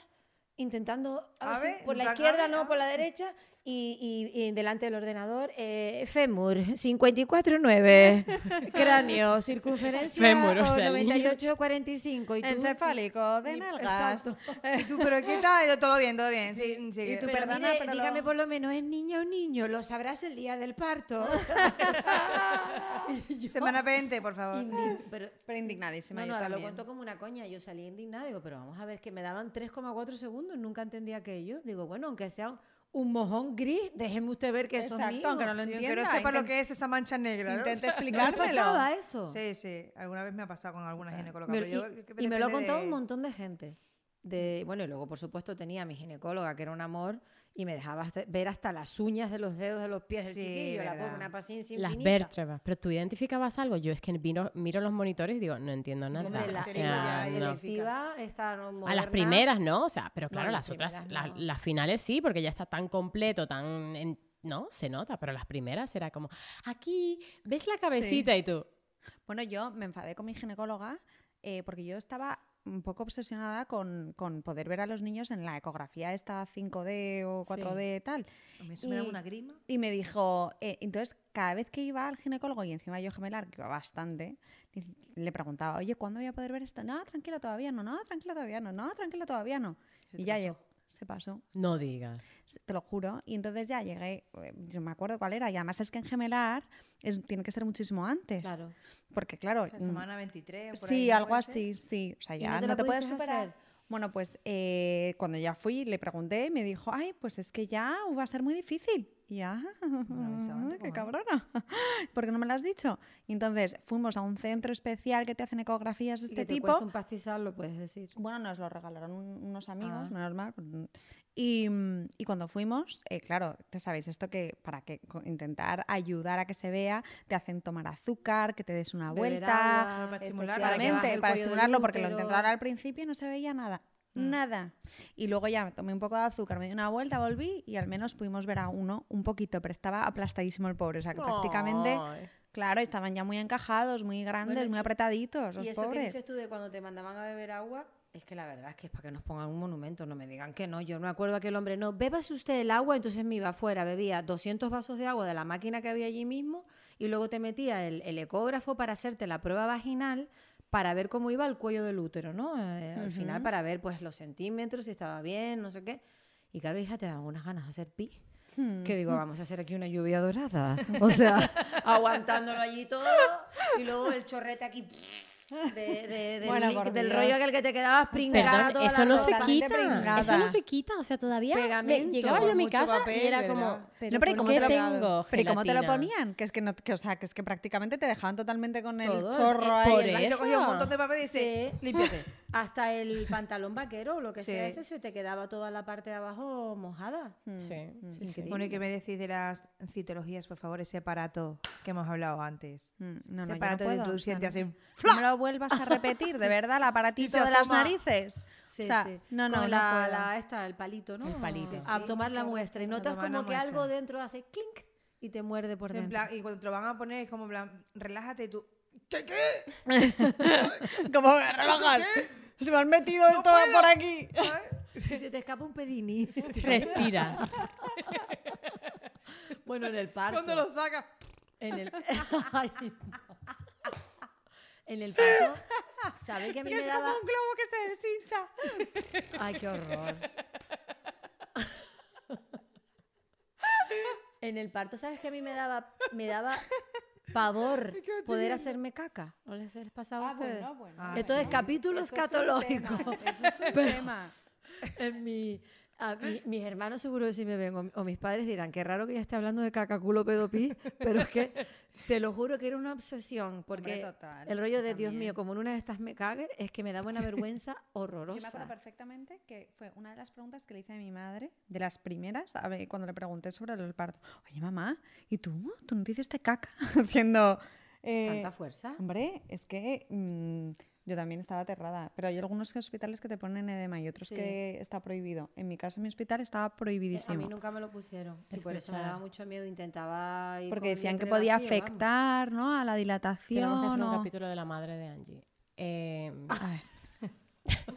S3: intentando, a
S2: A
S3: ver si
S2: ver,
S3: por la
S2: en plan, a
S3: izquierda,
S2: ver, a
S3: no, por la
S4: ah.
S3: derecha, y, y- y delante del ordenador, eh, fémur, 54,9, cráneo, circunferencia,
S1: Fémur, o
S3: o
S1: sea, el niño-
S3: 98,45. y tú-
S4: Encefálico, de
S3: y-
S4: nalgas.
S3: Exacto.
S2: Y tú, pero ¿qué tal? Yo, todo bien, todo bien. Sí, sí,
S3: Y
S2: que-
S3: tú,
S2: pero-
S3: pero
S4: perdona,
S3: mire,
S4: pero lo-
S3: dígame por lo menos, ¿es niña o niño? Lo sabrás el día del parto. Y yo,
S2: semana 20, por favor.
S3: indi- pero,
S4: Pero indignadísima.
S3: no,
S4: yo
S3: no, ahora lo
S4: también.
S3: cuento como una coña. Yo salí indignada, digo, pero vamos a ver, que me daban 3,4 segundos, nunca entendía aquello. Digo, bueno, aunque sea un, un mojón gris, déjeme usted ver que son
S4: Exacto, aunque no lo
S2: Sí,
S4: entienda.
S2: que no sepa lo
S4: intent-
S2: que es esa mancha negra. ¿no?
S4: Intento
S3: pasaba ¿eh?
S4: explicármelo.
S3: eso?
S2: Sí, sí. Alguna vez me ha pasado con alguna ginecóloga.
S3: Me-
S2: pero yo-
S3: y,
S2: que
S3: y me lo ha
S2: depende
S3: contado
S2: de-
S3: un montón de gente. De, bueno, y luego, por supuesto, tenía a mi ginecóloga, que era un amor, y me dejaba hasta- ver hasta las uñas de los dedos de los pies del
S2: Sí,
S3: chiquillo. La
S2: verdad.
S3: pobre, una paciencia
S1: Las
S3: infinita.
S1: vértebras. Pero tú identificabas algo. Yo es que miro, miro los monitores y digo, no entiendo nada.
S3: Hombre,
S2: Hombre,
S3: la,
S1: o
S2: te digo,
S1: sea,
S2: ya, ya
S1: no.
S2: le-
S3: directiva está no
S1: A las
S3: moderna.
S1: primeras, ¿no? O sea, pero claro,
S3: las
S1: las otras,
S3: primeras
S1: la-
S3: no.
S1: las finales sí, porque ya está tan completo, tan... en- no, se nota, pero las primeras era como, aquí, ¿ves la cabecita? Y tú,
S4: Bueno, yo me enfadé con mi ginecóloga eh, porque yo estaba un poco obsesionada con, con poder ver a los niños en la ecografía esta 5D o 4D tal.
S2: A mí eso me da
S4: Y-
S2: una grima.
S4: Y me dijo, eh, entonces cada vez que iba al ginecólogo y encima yo gemelar, que iba bastante, y le preguntaba, oye, ¿cuándo voy a poder ver esto? No, tranquila, todavía no, no, tranquila, todavía no, no, tranquila, todavía no.
S2: Se te
S4: Y ya
S2: pasó.
S4: llegó, se pasó,
S1: no digas.
S4: se- te lo juro. Y entonces ya llegué, eh, yo me acuerdo cuál era, y además es que en gemelar es- tiene que ser muchísimo antes.
S3: Claro.
S4: Porque claro,
S2: La
S4: mm,
S2: semana 23. por
S4: sí,
S2: ahí, ¿no
S4: algo
S2: puede ser?
S4: así, sí. O sea,
S3: ¿Y
S4: ya
S3: no
S4: no
S3: te
S4: te,
S3: lo
S4: puedes
S3: pudiste
S4: superar.
S3: hacer?
S4: Bueno, pues eh, cuando ya fui, le pregunté, me dijo, ay, pues es que ya va a ser muy difícil. Y ya,
S2: avisaban de
S4: qué
S2: cojones.
S4: cabrona, ¿por qué no me lo has dicho? Y entonces fuimos a un centro especial que te hacen ecografías de
S3: Y
S4: este
S3: que te
S4: tipo.
S3: cuesta un pastizal, lo puedes decir.
S4: Bueno, nos lo regalaron un- unos amigos,
S3: Ah.
S4: menos mal. pues, Y, mm, y cuando fuimos, eh, claro, te sabéis esto que para que co- intentar ayudar a que se vea, te hacen tomar azúcar, que te des una
S3: Beber
S4: vuelta, este,
S3: agua,
S2: para estimularlo.
S3: efectivamente,
S4: Claramente,
S3: bajar el
S4: para
S3: cuello del
S4: estimularlo, porque lo
S3: útero. Mm.
S4: intentaron al principio y no se veía nada. Nada. Y luego ya me tomé un poco de azúcar, me di una vuelta, volví y al menos pudimos ver a uno un poquito, pero estaba aplastadísimo el pobre. O sea que prácticamente,
S1: Ay.
S4: claro, estaban ya muy encajados, muy grandes,
S3: Bueno,
S4: muy
S3: y-
S4: apretaditos. Los
S3: Y eso que
S4: pobres.
S3: dices tú de cuando te mandaban a beber agua, es que la verdad es que es para que nos pongan un monumento, no me digan que no. Yo no me acuerdo aquel hombre, no, bébase usted el agua, entonces me iba afuera, bebía 200 vasos de agua de la máquina que había allí mismo y luego te metía el, el ecógrafo para hacerte la prueba vaginal para ver cómo iba el cuello del útero, ¿no? Eh, Al final para ver pues los centímetros, si estaba bien, no sé qué. Y claro, hija, te dan unas ganas de hacer pis.
S4: Hmm.
S3: Que digo, vamos a hacer aquí una lluvia dorada. O sea, aguantándolo allí todo y luego el chorrete aquí de- de- del,
S4: Bueno,
S3: li-
S4: por
S3: del
S4: Dios.
S3: rollo aquel que te quedabas pringada
S1: Perdón,
S3: toda
S1: eso
S3: la
S1: no se
S3: ropa.
S1: quita.
S4: pringada.
S1: Eso no se quita. O sea, todavía me-
S3: Pegamento.
S1: llegaba yo a mi
S2: Mucho
S1: casa
S2: papel,
S1: y era
S2: ¿verdad?
S1: como, pero,
S4: No, pero ¿y
S1: ¿por
S4: cómo
S1: qué
S4: te lo-
S1: tengo
S4: pero ¿y cómo te lo
S1: gelatina?
S4: ponían? Que es que, no, que, o sea, que es que prácticamente te dejaban totalmente con el
S3: Todo,
S4: chorro
S3: eh,
S4: ahí.
S1: por
S4: en la-
S2: Y yo cogía un
S1: Eso.
S2: montón de papel y dice,
S3: Sí.
S2: límpiate.
S3: Hasta el pantalón vaquero o lo que
S2: Sí.
S3: sea, ese se te quedaba toda la parte de abajo mojada.
S1: Sí,
S4: Mm.
S1: mm, sí, sí.
S3: Mm, Increíble.
S2: Bueno, ¿y qué me decís de las citologías, por favor? Ese aparato que hemos hablado antes.
S4: Mm, No,
S2: ese
S4: no, yo no
S2: aparato de
S4: puedo, o sea,
S2: introducción te
S4: no.
S2: hace un
S4: No me lo vuelvas a repetir, de verdad, el
S2: Y
S4: aparatito
S2: se
S4: de las
S2: asoma.
S4: narices.
S3: Sí,
S4: o sea,
S3: sí.
S4: No, no,
S3: Con
S4: no
S3: la,
S4: puedo.
S3: la- esta, el palito, ¿no?
S1: El palito. Sí,
S3: A
S2: sí,
S3: tomar la
S2: claro.
S3: muestra y
S2: A
S3: notas
S2: tomar la
S3: como que
S2: muestra.
S3: algo dentro hace clink y te muerde por
S2: En
S3: dentro.
S2: plan, y cuando te lo van a poner es como en plan, relájate y tú. ¿Qué qué?
S4: Como me relajan. Se me han metido todo por aquí.
S3: Y se te escapa un pedini.
S1: Respira.
S3: bueno, en el parto.
S2: ¿Cuándo lo sacas?
S3: En el, Ay, no. en el parto, ¿sabe que a mí me daba?
S2: globo que se deshincha.
S3: Ay, qué horror. En el parto, ¿sabes que a mí me daba, me daba pavor poder hacerme caca. ¿No les ha pasado a
S4: Ah,
S3: ustedes?
S4: bueno, bueno.
S2: Ah,
S3: Entonces,
S2: sí.
S3: capítulo
S4: Eso es un tema,
S3: escatológico.
S4: Eso es un
S3: Pero-
S4: tema.
S3: En Eh, mi- a mi- mis hermanos seguro que si me ven o, o mis padres dirán, qué raro que ya esté hablando de caca, culo, pedo, pis", pero es que te lo juro que era una obsesión, porque
S4: Hombre, total,
S3: el rollo
S4: yo
S3: de Dios
S4: también.
S3: mío, como en una de estas me cague, es que me daba una vergüenza
S4: Yo me acuerdo
S3: horrorosa.
S4: perfectamente que fue una de las preguntas que le hice a mi madre, de las primeras, a ver, cuando le pregunté sobre el parto. Oye, mamá, ¿y tú? ¿Tú no te hiciste caca? Haciendo... eh,
S3: Tanta fuerza.
S4: Hombre, es que mm, yo también estaba aterrada, pero hay algunos hospitales que te ponen edema y otros
S3: Sí.
S4: que está prohibido. En mi caso, en mi hospital estaba
S3: Eh, A
S4: prohibidísimo.
S3: mí nunca me lo pusieron y
S4: Es
S3: por eso me
S4: pesada.
S3: daba mucho miedo, intentaba ir
S4: porque
S3: con
S4: decían que
S3: vientre
S4: podía
S3: vacío, vamos.
S4: afectar ¿no? a la
S1: Tenemos que hacer un
S4: dilatación. o-
S1: capítulo de la madre de Angie. Eh,
S4: A ver,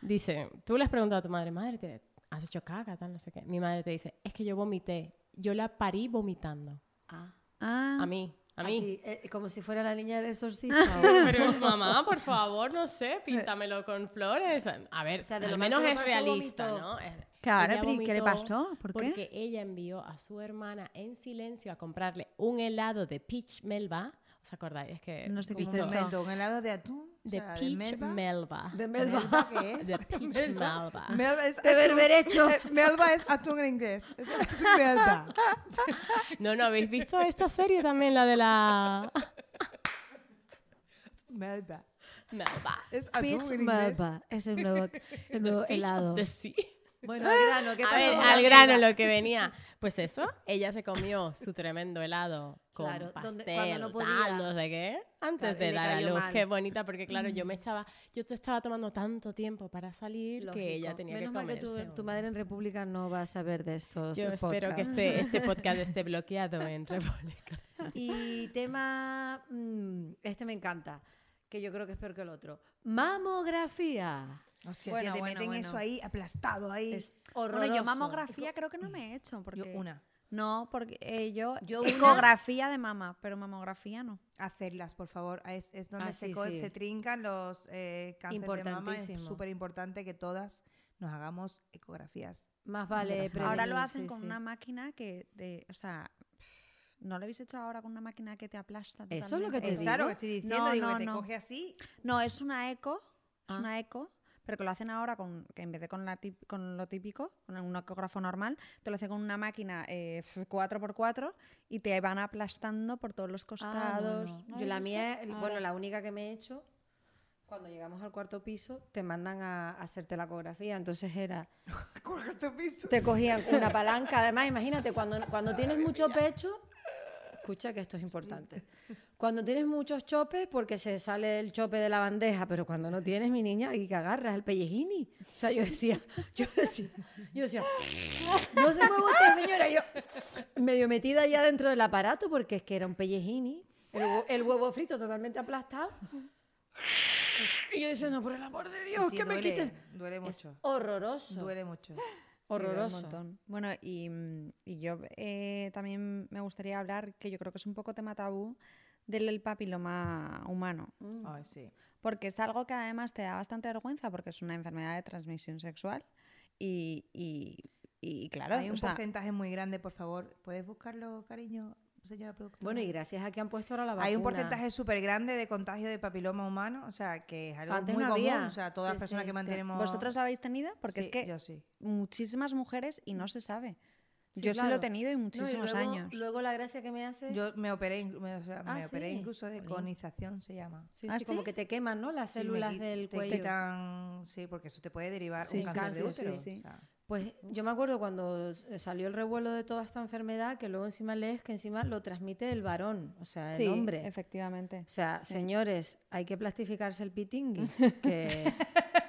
S1: dice, tú le has preguntado a tu madre, madre, ¿te has hecho caca, tal, no sé qué. Mi madre te dice, es que yo vomité. Yo la parí vomitando.
S3: Ah,
S4: ah,
S1: A mí, a mí.
S3: ti, eh, como si fuera la niña del exorcista.
S1: Pero mamá, por favor, no sé, píntamelo con flores. A ver,
S3: O sea, de
S1: al
S3: lo mal
S1: menos
S3: que lo
S1: es
S3: pasó,
S1: realista,
S3: vomitó.
S1: ¿no? Es-
S4: Claro,
S1: ella
S4: pero ¿y qué le
S1: vomitó
S4: pasó? ¿Por qué?
S1: Porque ella envió a su hermana en silencio a comprarle un helado de peach melba. ¿Os acordáis? Es que
S4: No sé qué
S1: como
S4: es
S2: Un
S4: eso.
S2: momento, un helado de atún. o
S1: De
S2: sea,
S1: peach
S2: melva.
S1: melba.
S3: de Melba.
S2: ¿Melva qué es?
S1: De peach melba.
S2: Melba es
S3: De
S2: atún.
S3: berberecho.
S2: Eh, Melba es atún en inglés. Es atún melba.
S1: No, no, ¿habéis visto esta serie también, la de la...
S2: Melba.
S1: melba?
S2: Es atún
S3: Peach
S2: en inglés.
S3: Melba es el nuevo, el nuevo
S1: Fish of
S3: helado.
S1: the sea.
S3: Bueno, al grano, ¿qué
S1: A
S3: pasó
S1: ver,
S3: con la
S1: al grano
S3: amiga?
S1: lo que venía. Pues eso, ella se comió su tremendo helado con
S3: Claro,
S1: pastel,
S3: donde- cuando no podía.
S1: tal, no sé qué, antes
S3: Claro, y
S1: de
S3: le
S1: dar a
S3: cayó
S1: luz.
S3: mal.
S1: Qué bonita, porque claro, yo me estaba, yo te estaba tomando tanto tiempo para salir que ella
S3: Lógico.
S1: tenía
S3: Menos
S1: que
S3: mal
S1: comer.
S3: que tu, tu madre en República no va a saber de estos
S1: Yo
S3: eh,
S1: espero que
S3: podcasts.
S1: este, este podcast esté bloqueado en República.
S3: Y tema, mm, este me encanta, que yo creo que es peor que el otro. Mamografía.
S2: Hostia,
S4: Bueno,
S2: tía, te
S4: bueno,
S2: meten
S4: bueno.
S2: eso ahí aplastado ahí.
S3: Es
S4: Bueno,
S3: horroroso.
S4: yo mamografía creo que no me he hecho. Porque...
S2: Yo una.
S4: No, porque eh, yo,
S3: Yo una-
S4: ecografía de mama, pero mamografía no.
S2: Hacerlas, por favor. Es, es donde
S3: Ah,
S2: se,
S3: sí,
S2: co-
S3: sí.
S2: se trincan los eh, cánceres de mama. Es
S3: Importantísimo.
S2: súper importante que todas nos hagamos ecografías.
S3: Más vale
S2: Ahora
S4: Ahora lo
S3: prevenir,
S4: hacen
S3: sí,
S4: con
S3: sí.
S4: una máquina que, de, o sea, ¿no lo habéis hecho ahora con una máquina que te aplasta?
S3: Eso es lo
S4: totalmente?
S3: que te
S2: Es
S3: digo?
S2: claro que estoy diciendo,
S4: No,
S2: digo
S4: no,
S2: que te
S4: no.
S2: coge así.
S4: No, es una eco, es
S3: Ah.
S4: una eco, pero que lo hacen ahora con, que en vez de con, la tip- con lo típico, con un ecógrafo normal, te lo hacen con una máquina eh, f- 4x4 y te van aplastando por todos los
S3: Ah, no,
S4: costados.
S3: no.
S4: ¿No
S3: Yo
S4: lo
S3: la
S4: has
S3: mía,
S4: visto?
S3: bueno,
S4: Ahora.
S3: la única que me he hecho, cuando llegamos al cuarto piso, te mandan a, a hacerte la ecografía. Entonces era,
S2: Coge tu piso.
S3: te cogían con una palanca. Además, imagínate, cuando, cuando tienes mucho pecho, escucha que esto es importante. Cuando tienes muchos chopes, porque se sale el chope de la bandeja, pero cuando no tienes, mi niña, y que agarras el pellejini. O sea, yo decía, yo decía, yo decía, no se mueva usted, señora. Yo medio metida ya dentro del aparato, porque es que era un pellejini, el, hue- el huevo frito totalmente aplastado. Y yo decía, no, por el amor de Dios,
S2: Sí, sí,
S3: que me
S2: duele,
S3: quiten.
S2: Duele
S3: Es
S2: mucho.
S3: horroroso.
S2: Duele mucho.
S4: Sí, duele un
S3: horroroso.
S4: montón. Bueno, y, mm, y yo eh, también me gustaría hablar, que yo creo que es un poco tema tabú, del papiloma humano.
S3: Mm.
S2: Ay, sí.
S4: Porque es algo que además te da bastante vergüenza porque es una enfermedad de transmisión sexual. Y, y, y claro,
S2: Hay
S4: o
S2: un
S4: sea,
S2: porcentaje muy grande, por favor. ¿Puedes buscarlo, cariño, señora productora?
S3: Bueno, y gracias a que han puesto ahora la vacuna.
S2: Hay un porcentaje súper grande de contagio de papiloma humano, o sea, que es algo
S3: Antes
S2: muy
S3: no
S2: común.
S3: había.
S2: O sea, todas
S3: Sí,
S2: las personas
S3: sí,
S2: que
S3: claro.
S2: mantenemos.
S4: ¿vosotros la habéis tenido? Porque
S2: Sí,
S4: es que
S2: Yo sí.
S4: muchísimas mujeres y no se sabe.
S3: Sí,
S4: yo sí lo
S3: claro.
S4: he tenido y
S3: No, y
S4: muchísimos
S3: luego-
S4: años.
S3: Luego la gracia que me hace.
S2: Yo me operé, in- me, o sea,
S3: Ah,
S2: me operé
S3: sí.
S2: incluso de
S3: Jolín.
S2: colonización, se llama.
S3: sí,
S4: ¿Ah,
S3: sí, como
S4: sí?
S3: que te queman, ¿no? Las
S2: Sí, me
S3: células
S2: qui-
S3: del
S2: te
S3: cuello.
S2: quitan- sí, porque eso te puede derivar
S4: Sí,
S2: un cáncer,
S3: cáncer,
S2: de útero.
S3: sí,
S4: sí.
S2: o sea.
S3: Pues yo me acuerdo cuando s- salió el revuelo de toda esta enfermedad, que luego encima lees que encima lo transmite el varón, o sea, el
S4: Sí,
S3: hombre.
S4: efectivamente.
S3: O sea, señores, hay que plastificarse el pitingui. que-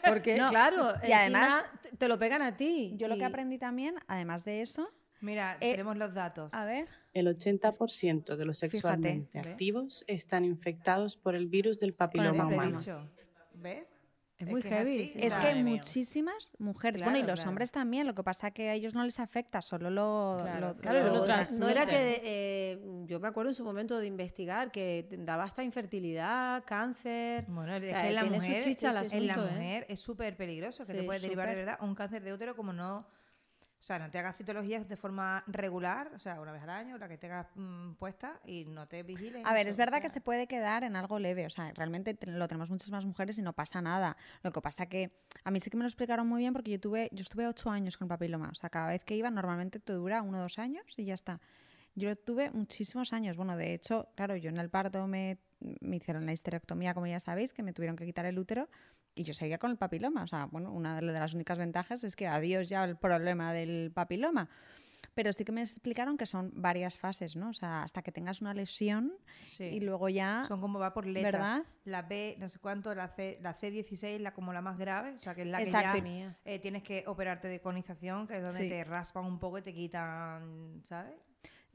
S3: Porque,
S4: No,
S3: claro,
S4: y además-
S3: encima te- te lo pegan a ti.
S4: Yo lo que
S3: y-
S4: aprendí también, además de eso,
S2: Mira,
S4: Eh,
S2: tenemos los datos.
S4: a ver,
S5: El 80% de los sexualmente
S4: ve.
S5: activos están infectados por el virus del papiloma
S4: Bueno,
S2: Siempre he
S5: humano.
S2: dicho. ¿Ves?
S3: Es muy
S2: que
S3: heavy.
S2: así,
S3: sí,
S2: o
S4: es
S3: sí.
S2: sea,
S4: que
S1: Madre mía.
S4: muchísimas mujeres, bueno, y
S2: Claro,
S4: los
S2: claro.
S4: hombres también, lo que pasa que a ellos no les afecta, solo lo...
S1: Claro,
S4: lo-
S3: Claro, y
S1: Lo
S3: luego tra- no
S1: transmiten.
S3: era que eh, yo me acuerdo en su momento de investigar que te daba hasta infertilidad, cáncer.
S2: Bueno, es
S3: O sea,
S2: que en la
S3: tiene su
S2: mujer,
S3: chicha el
S2: en la
S3: asunto, ¿eh?
S2: mujer es súper peligroso, que te
S3: Sí,
S2: puede derivar de
S3: súper.
S2: verdad un cáncer de útero como no... O O sea, no te hagas citologías de forma regular, o sea, una vez al año, la que tengas mm, puesta y no te vigiles.
S4: A ver, es verdad que
S2: se
S4: se puede quedar en algo leve, o sea, realmente te- lo tenemos muchas más mujeres y no pasa nada. Lo que pasa que a mí sí que me lo explicaron muy bien porque yo tuve, yo estuve ocho años con papiloma, o sea, cada vez que iba normalmente te dura uno o dos años y ya está. Yo lo tuve muchísimos años, bueno, de hecho, claro, yo en el parto me, me hicieron la histerectomía, como ya sabéis, que me tuvieron que quitar el útero y yo seguía con el papiloma, o sea, bueno, una de las únicas ventajas es que adiós ya el problema del papiloma. Pero sí que me explicaron que son varias fases, ¿no? O sea, hasta que tengas una lesión
S2: Sí.
S4: y luego ya
S2: Son como va por letras.
S4: ¿Verdad?
S2: La B, no sé cuánto, la C, la C16, la como la más grave, o sea, que es la
S4: Exacto.
S2: que ya eh, tienes que operarte de conización, que es donde
S4: Sí.
S2: te raspan un poco y te quitan, ¿sabes?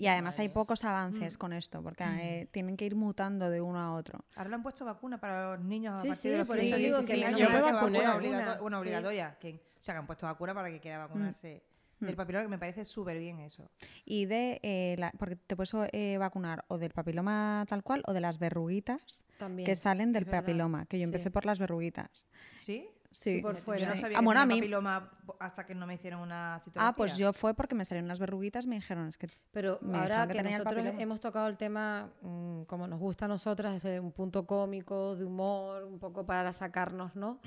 S4: y además hay pocos avances con esto porque eh, tienen que ir mutando de uno a otro.
S2: Ahora le han puesto vacuna para los niños a
S3: Sí,
S2: partir
S3: sí,
S2: de los
S3: por
S2: 15
S1: eso digo que
S2: años.
S1: me
S2: han
S1: han llamado
S2: puesto
S1: a poner
S2: vacuna
S3: alguna,
S2: obligato- una
S3: sí.
S2: obligatoria. Que, o sea, que han puesto vacuna para que quiera vacunarse del papiloma, que me parece súper bien eso.
S4: Y de eh, la- porque te puedes eh, vacunar o del papiloma tal cual o de las verruguitas
S3: También.
S4: que salen del
S3: es verdad,
S4: papiloma, que yo
S3: sí.
S4: empecé por las verruguitas.
S2: ¿Sí?
S4: Sí.
S3: por fuera.
S2: Yo no
S3: Pues Sí.
S2: sabía
S4: Ah,
S2: que
S4: bueno, a
S2: tenía
S4: mí-
S2: papiloma hasta que no me hicieron una citología.
S4: Ah, pues yo fue porque me salieron unas verruguitas, me dijeron, es que
S3: Pero
S4: Me
S3: ahora
S4: dijeron que
S3: que,
S4: tenía el
S3: nosotros
S4: papiloma.
S3: hemos tocado el tema mm, como nos gusta a nosotras, desde un punto cómico, de humor, un poco para sacarnos, ¿no?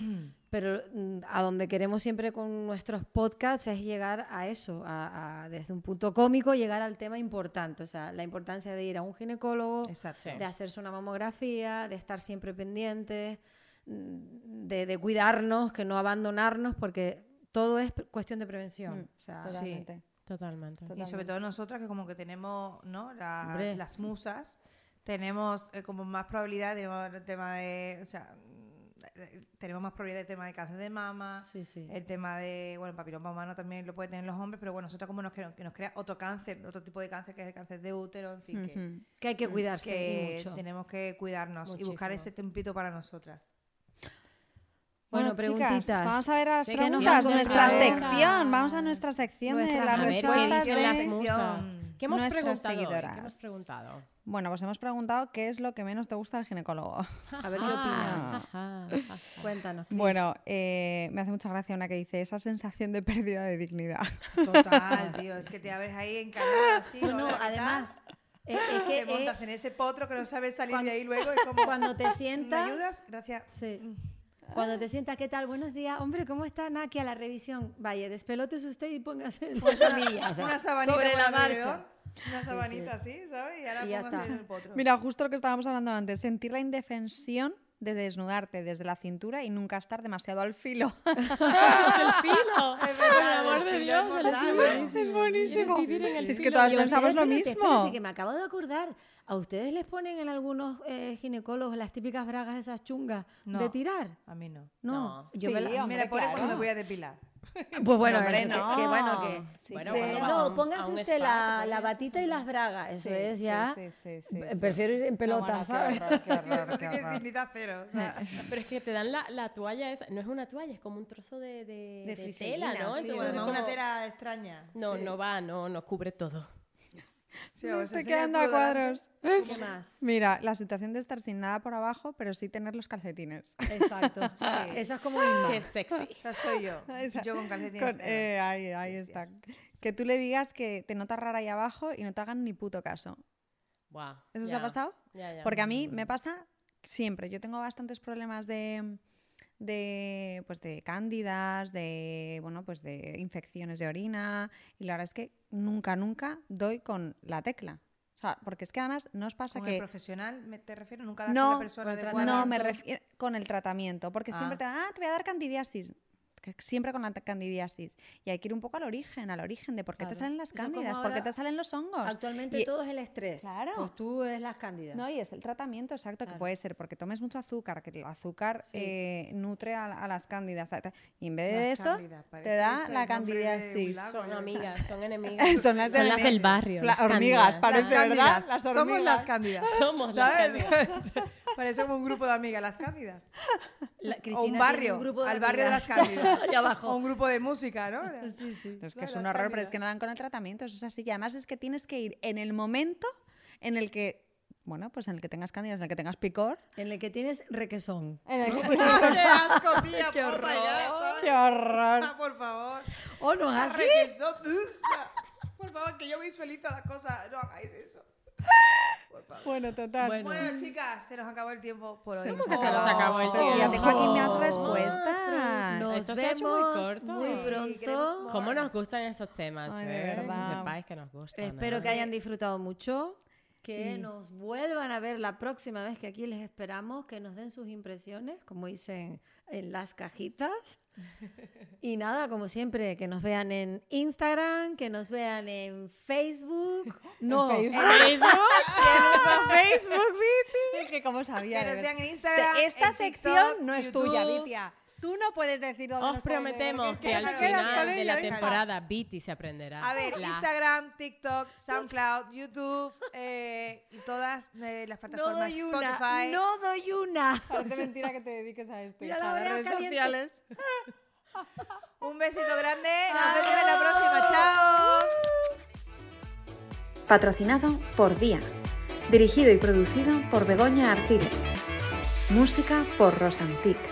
S3: Pero mm, a donde queremos siempre con nuestros podcasts es llegar a eso, a- a- desde un punto cómico, llegar al tema importante, o sea, la importancia de ir a un ginecólogo,
S2: Exacto.
S1: Sí.
S3: de hacerse una mamografía, de estar siempre pendientes, mm, de, de cuidarnos, que no abandonarnos, porque todo es pre- cuestión de prevención. O sea,
S4: totalmente.
S1: Totalmente.
S2: Y sobre todo nosotras que como que tenemos, ¿no? La-
S3: Hombre.
S2: las musas, tenemos eh, como más probabilidad, tenemos el tema de, o sea, mm, tenemos más probabilidad de tema de cáncer de mama,
S3: sí, sí.
S2: el tema de, bueno, papiloma humano también lo pueden tener los hombres, pero bueno, nosotros como nos crea, que nos crea otro cáncer, otro tipo de cáncer que es el cáncer de útero, en fin, que-
S4: Ujú.
S3: Que hay que cuidarse y
S2: Mm, que,
S3: mucho.
S2: tenemos que cuidarnos y buscar
S1: Muchísimo.
S2: ese tempito para nosotras.
S3: Bueno,
S4: chicas,
S3: preguntitas.
S4: vamos a ver a las
S1: Sé que nos
S4: preguntas,
S1: han
S4: nuestra
S1: comentado.
S4: sección, vamos a nuestra sección de
S3: Nuestras
S4: las
S1: A ver, ¿qué
S4: respuestas
S1: dicen
S4: de-
S1: las
S2: sección?
S1: musas? ¿Qué hemos
S4: Nuestras
S1: preguntado? hoy? ¿Qué hemos
S4: seguidoras.
S1: preguntado?
S4: Bueno, pues hemos preguntado qué es lo que menos te gusta del ginecólogo.
S3: A ver qué opinan.
S4: Ah.
S1: Ah,
S3: Cuéntanos. Cris.
S4: Bueno, eh, me hace mucha gracia una que dice esa sensación de pérdida de dignidad.
S2: Total, tío, es que te abres ahí en canal así.
S3: No, no,
S2: hola, ¿qué tal?
S3: además, eh, es que,
S2: te montas
S3: eh,
S2: en ese potro que no sabes salir
S3: cuando-
S2: de ahí luego. Es como,
S3: cuando te
S2: ¿me
S3: sientas...
S2: ayudas? Mm. Gracias.
S3: Sí. Cuando te sientas, ¿qué tal? Buenos días. Hombre, ¿cómo está? Nada, aquí a la revisión. Vaya, despelotes usted y póngase en la camilla. O sea,
S2: una sabanita
S3: sobre
S2: por
S3: la
S2: alrededor,
S3: marcha.
S2: Una sabanita así, ¿sabes? Y ahora
S3: Y ya
S2: pongas en
S3: está.
S2: el potro.
S4: Mira, justo lo que estábamos hablando antes, sentir la indefensión de desnudarte desde la cintura y nunca estar demasiado al filo.
S1: el filo. Por el amor de Dios,
S2: es
S1: el filo
S2: mortal.
S1: buenísimo.
S4: buenísimo.
S1: Quieres vivir en el
S4: Es que
S1: filo.
S4: todas
S1: Y
S3: Y a
S1: los-
S4: pensamos lo
S3: ustedes, espérate,
S4: mismo.
S3: espérate, que me acabo de acordar. ¿A ustedes les ponen en algunos eh, ginecólogos las típicas bragas esas chungas
S2: No.
S3: de tirar?
S2: A mí no.
S3: No.
S1: No.
S3: Yo
S4: Sí,
S3: me la-
S2: Me
S4: hombre,
S2: la pone
S4: claro.
S2: cuando me voy a depilar.
S3: Pues bueno,
S4: No, hombre,
S3: eso, que-
S4: no.
S3: que bueno que...
S4: Ah, Sí,
S1: Bueno,
S4: que-
S1: cuando
S3: De,
S1: vas a
S3: no,
S1: un- a
S3: póngase
S1: un
S3: usted
S1: spa,
S3: la,
S1: te
S3: la
S1: pones-
S3: batita y las bragas, eso
S4: Sí,
S3: es
S4: sí,
S3: ya.
S4: sí, sí, sí,
S3: Eh,
S4: sí.
S3: Prefiero ir en pelota,
S4: bueno, qué
S3: ¿sabes?
S4: horror, qué horror,
S2: Eso sí
S4: qué
S2: que es
S4: horror.
S2: dignidad cero. O sea,
S1: Pero es que te dan la, la toalla esa. No es una toalla, es como un trozo de, de,
S4: De
S1: de tela,
S4: friselina,
S1: ¿no?
S4: sí,
S1: Entonces
S2: bueno,
S1: es
S2: además
S1: como-
S2: una tera extraña.
S1: No, no va, no, no cubre todo.
S2: Sí,
S4: Me
S2: o se enseña
S4: estoy
S2: el
S4: quedando a
S2: culo delante.
S4: cuadros.
S3: ¿Qué más?
S4: Mira, la situación de estar sin nada por abajo, pero sí tener los calcetines.
S3: Exacto.
S2: Sí.
S3: Esa es como Isma.
S1: Qué sexy.
S2: O sea, soy yo. Yo con calcetines.
S4: Con- eh, ahí ahí está.
S2: Bestias.
S4: Que tú le digas que te notas rara ahí abajo y no te hagan ni puto caso.
S1: Guau.
S4: ¿Eso os
S1: ya,
S4: ha pasado?
S1: ya, ya.
S4: Porque a mí me pasa siempre. Yo tengo bastantes problemas de de pues de cándidas, de bueno, pues de infecciones de orina y la verdad es que nunca nunca doy con la tecla. O sea, porque es que además no os pasa
S2: Con el
S4: que
S2: profesional, me te refiero, nunca das
S4: No,
S2: con la persona
S3: con el
S2: adecuada.
S4: no me
S3: tratamiento.
S4: refiero con el tratamiento, porque siempre
S2: Ah.
S4: te ah, te voy a dar candidiasis. que Siempre con la ta- candidiasis. Y hay que ir un poco al origen, al origen de por qué te
S3: Claro.
S4: salen las
S3: Eso como
S4: cándidas, por qué
S3: ahora-
S4: te salen los hongos.
S3: Actualmente
S4: Y-
S3: todo es el estrés.
S4: Claro.
S3: Pues tú es las cándidas.
S4: No, y es el tratamiento exacto que
S3: Claro.
S4: puede ser porque tomes mucho azúcar, que el azúcar
S3: Sí.
S4: eh, nutre a, la- a las cándidas. ta, ta, Y en vez de
S2: Las
S4: eso,
S2: cándidas, parece
S4: te da
S2: eso
S4: la
S2: el nombre de un
S4: candidiasis.
S2: lago,
S1: Son
S2: yo-
S1: amigas, son enemigas.
S4: Son las enemigas.
S1: barrio.
S4: Cla-
S1: las cándidas.
S4: hormigas, parece, ¿verdad?
S2: cándidas.
S4: Las
S2: Somos las
S4: hormigas.
S2: cándidas.
S1: Somos las
S2: ¿Sabes?
S1: cándidas.
S2: Parece como un grupo de amigas, las cándidas.
S3: La-
S2: o un
S3: Cristina tiene
S2: barrio,
S3: un grupo de
S2: al barrio de las
S3: amigas.
S2: cándidas.
S3: Allá abajo.
S2: o un grupo de música, ¿no?
S3: Sí, sí.
S4: Es que
S2: No,
S4: es
S2: las
S4: un horror, pero es
S2: cándidas.
S4: que no dan con el tratamiento, eso es así. Y además es que tienes que ir en el momento en el que, bueno, pues en el que tengas cándidas, en el que tengas picor.
S3: En el que tienes requesón.
S4: En el que-
S2: ¡Qué asco, tía!
S1: Qué
S2: oh my God,
S1: horror.
S2: ¿sabes?
S3: ¡Qué horror!
S2: Ah, por favor.
S3: ¡Oh, no es
S2: Ah,
S3: así!
S2: Requesón. Uh, Por favor, que yo visualizo las cosas. No hagáis eso. Por favor.
S4: Bueno, total.
S1: Bueno.
S2: Bueno, chicas, se nos acabó el tiempo por hoy.
S1: ¿Cómo que se nos acabó el
S4: Oh, Pero si ya
S1: tiempo?
S4: tengo aquí mis
S3: Oh.
S4: respuestas.
S1: No.
S3: Nos
S1: Esto se ha hecho muy
S3: vemos
S1: corto.
S3: muy
S2: Sí,
S3: pronto.
S2: queremos-
S1: ¿Cómo nos gustan esos temas?
S4: Ay,
S1: eh?
S4: de verdad.
S1: Que sepáis que nos gustan.
S3: Espero
S1: ¿eh?
S3: que hayan disfrutado mucho. Que
S4: Y-
S3: nos vuelvan a ver la próxima vez que aquí les esperamos, que nos den sus impresiones, como dicen en las cajitas. Y nada, como siempre, que nos vean en Instagram, que nos vean en Facebook. No,
S4: Facebook.
S1: Facebook, Facebook,
S4: Es que como sabía.
S2: Que
S4: de
S2: nos
S4: ver-
S2: vean en Instagram.
S4: Te- Esta
S2: en TikTok,
S4: sección no es
S2: YouTube.
S4: tuya, Vitia. Tú no puedes decir dónde
S1: Os
S4: nos pueden ver,
S1: prometemos que
S4: porque te
S1: al
S4: quedas con
S1: final de
S4: ella,
S1: la
S4: venga.
S1: temporada Viti se aprenderá.
S2: A ver,
S1: la-
S2: Instagram, TikTok, SoundCloud, YouTube, eh, y todas eh, las
S3: no
S2: plataformas
S3: doy una.
S2: Spotify.
S3: No doy una.
S4: Parece mentira que te dediques a esto.
S3: Mira
S4: hija,
S3: la
S4: de
S3: oreja
S4: redes
S3: caliente.
S4: sociales.
S2: Un besito grande. Nos vemos en la próxima. Chao.
S6: patrocinado por Día, dirigido y producido por Begoña Artiles, música por Rosantic.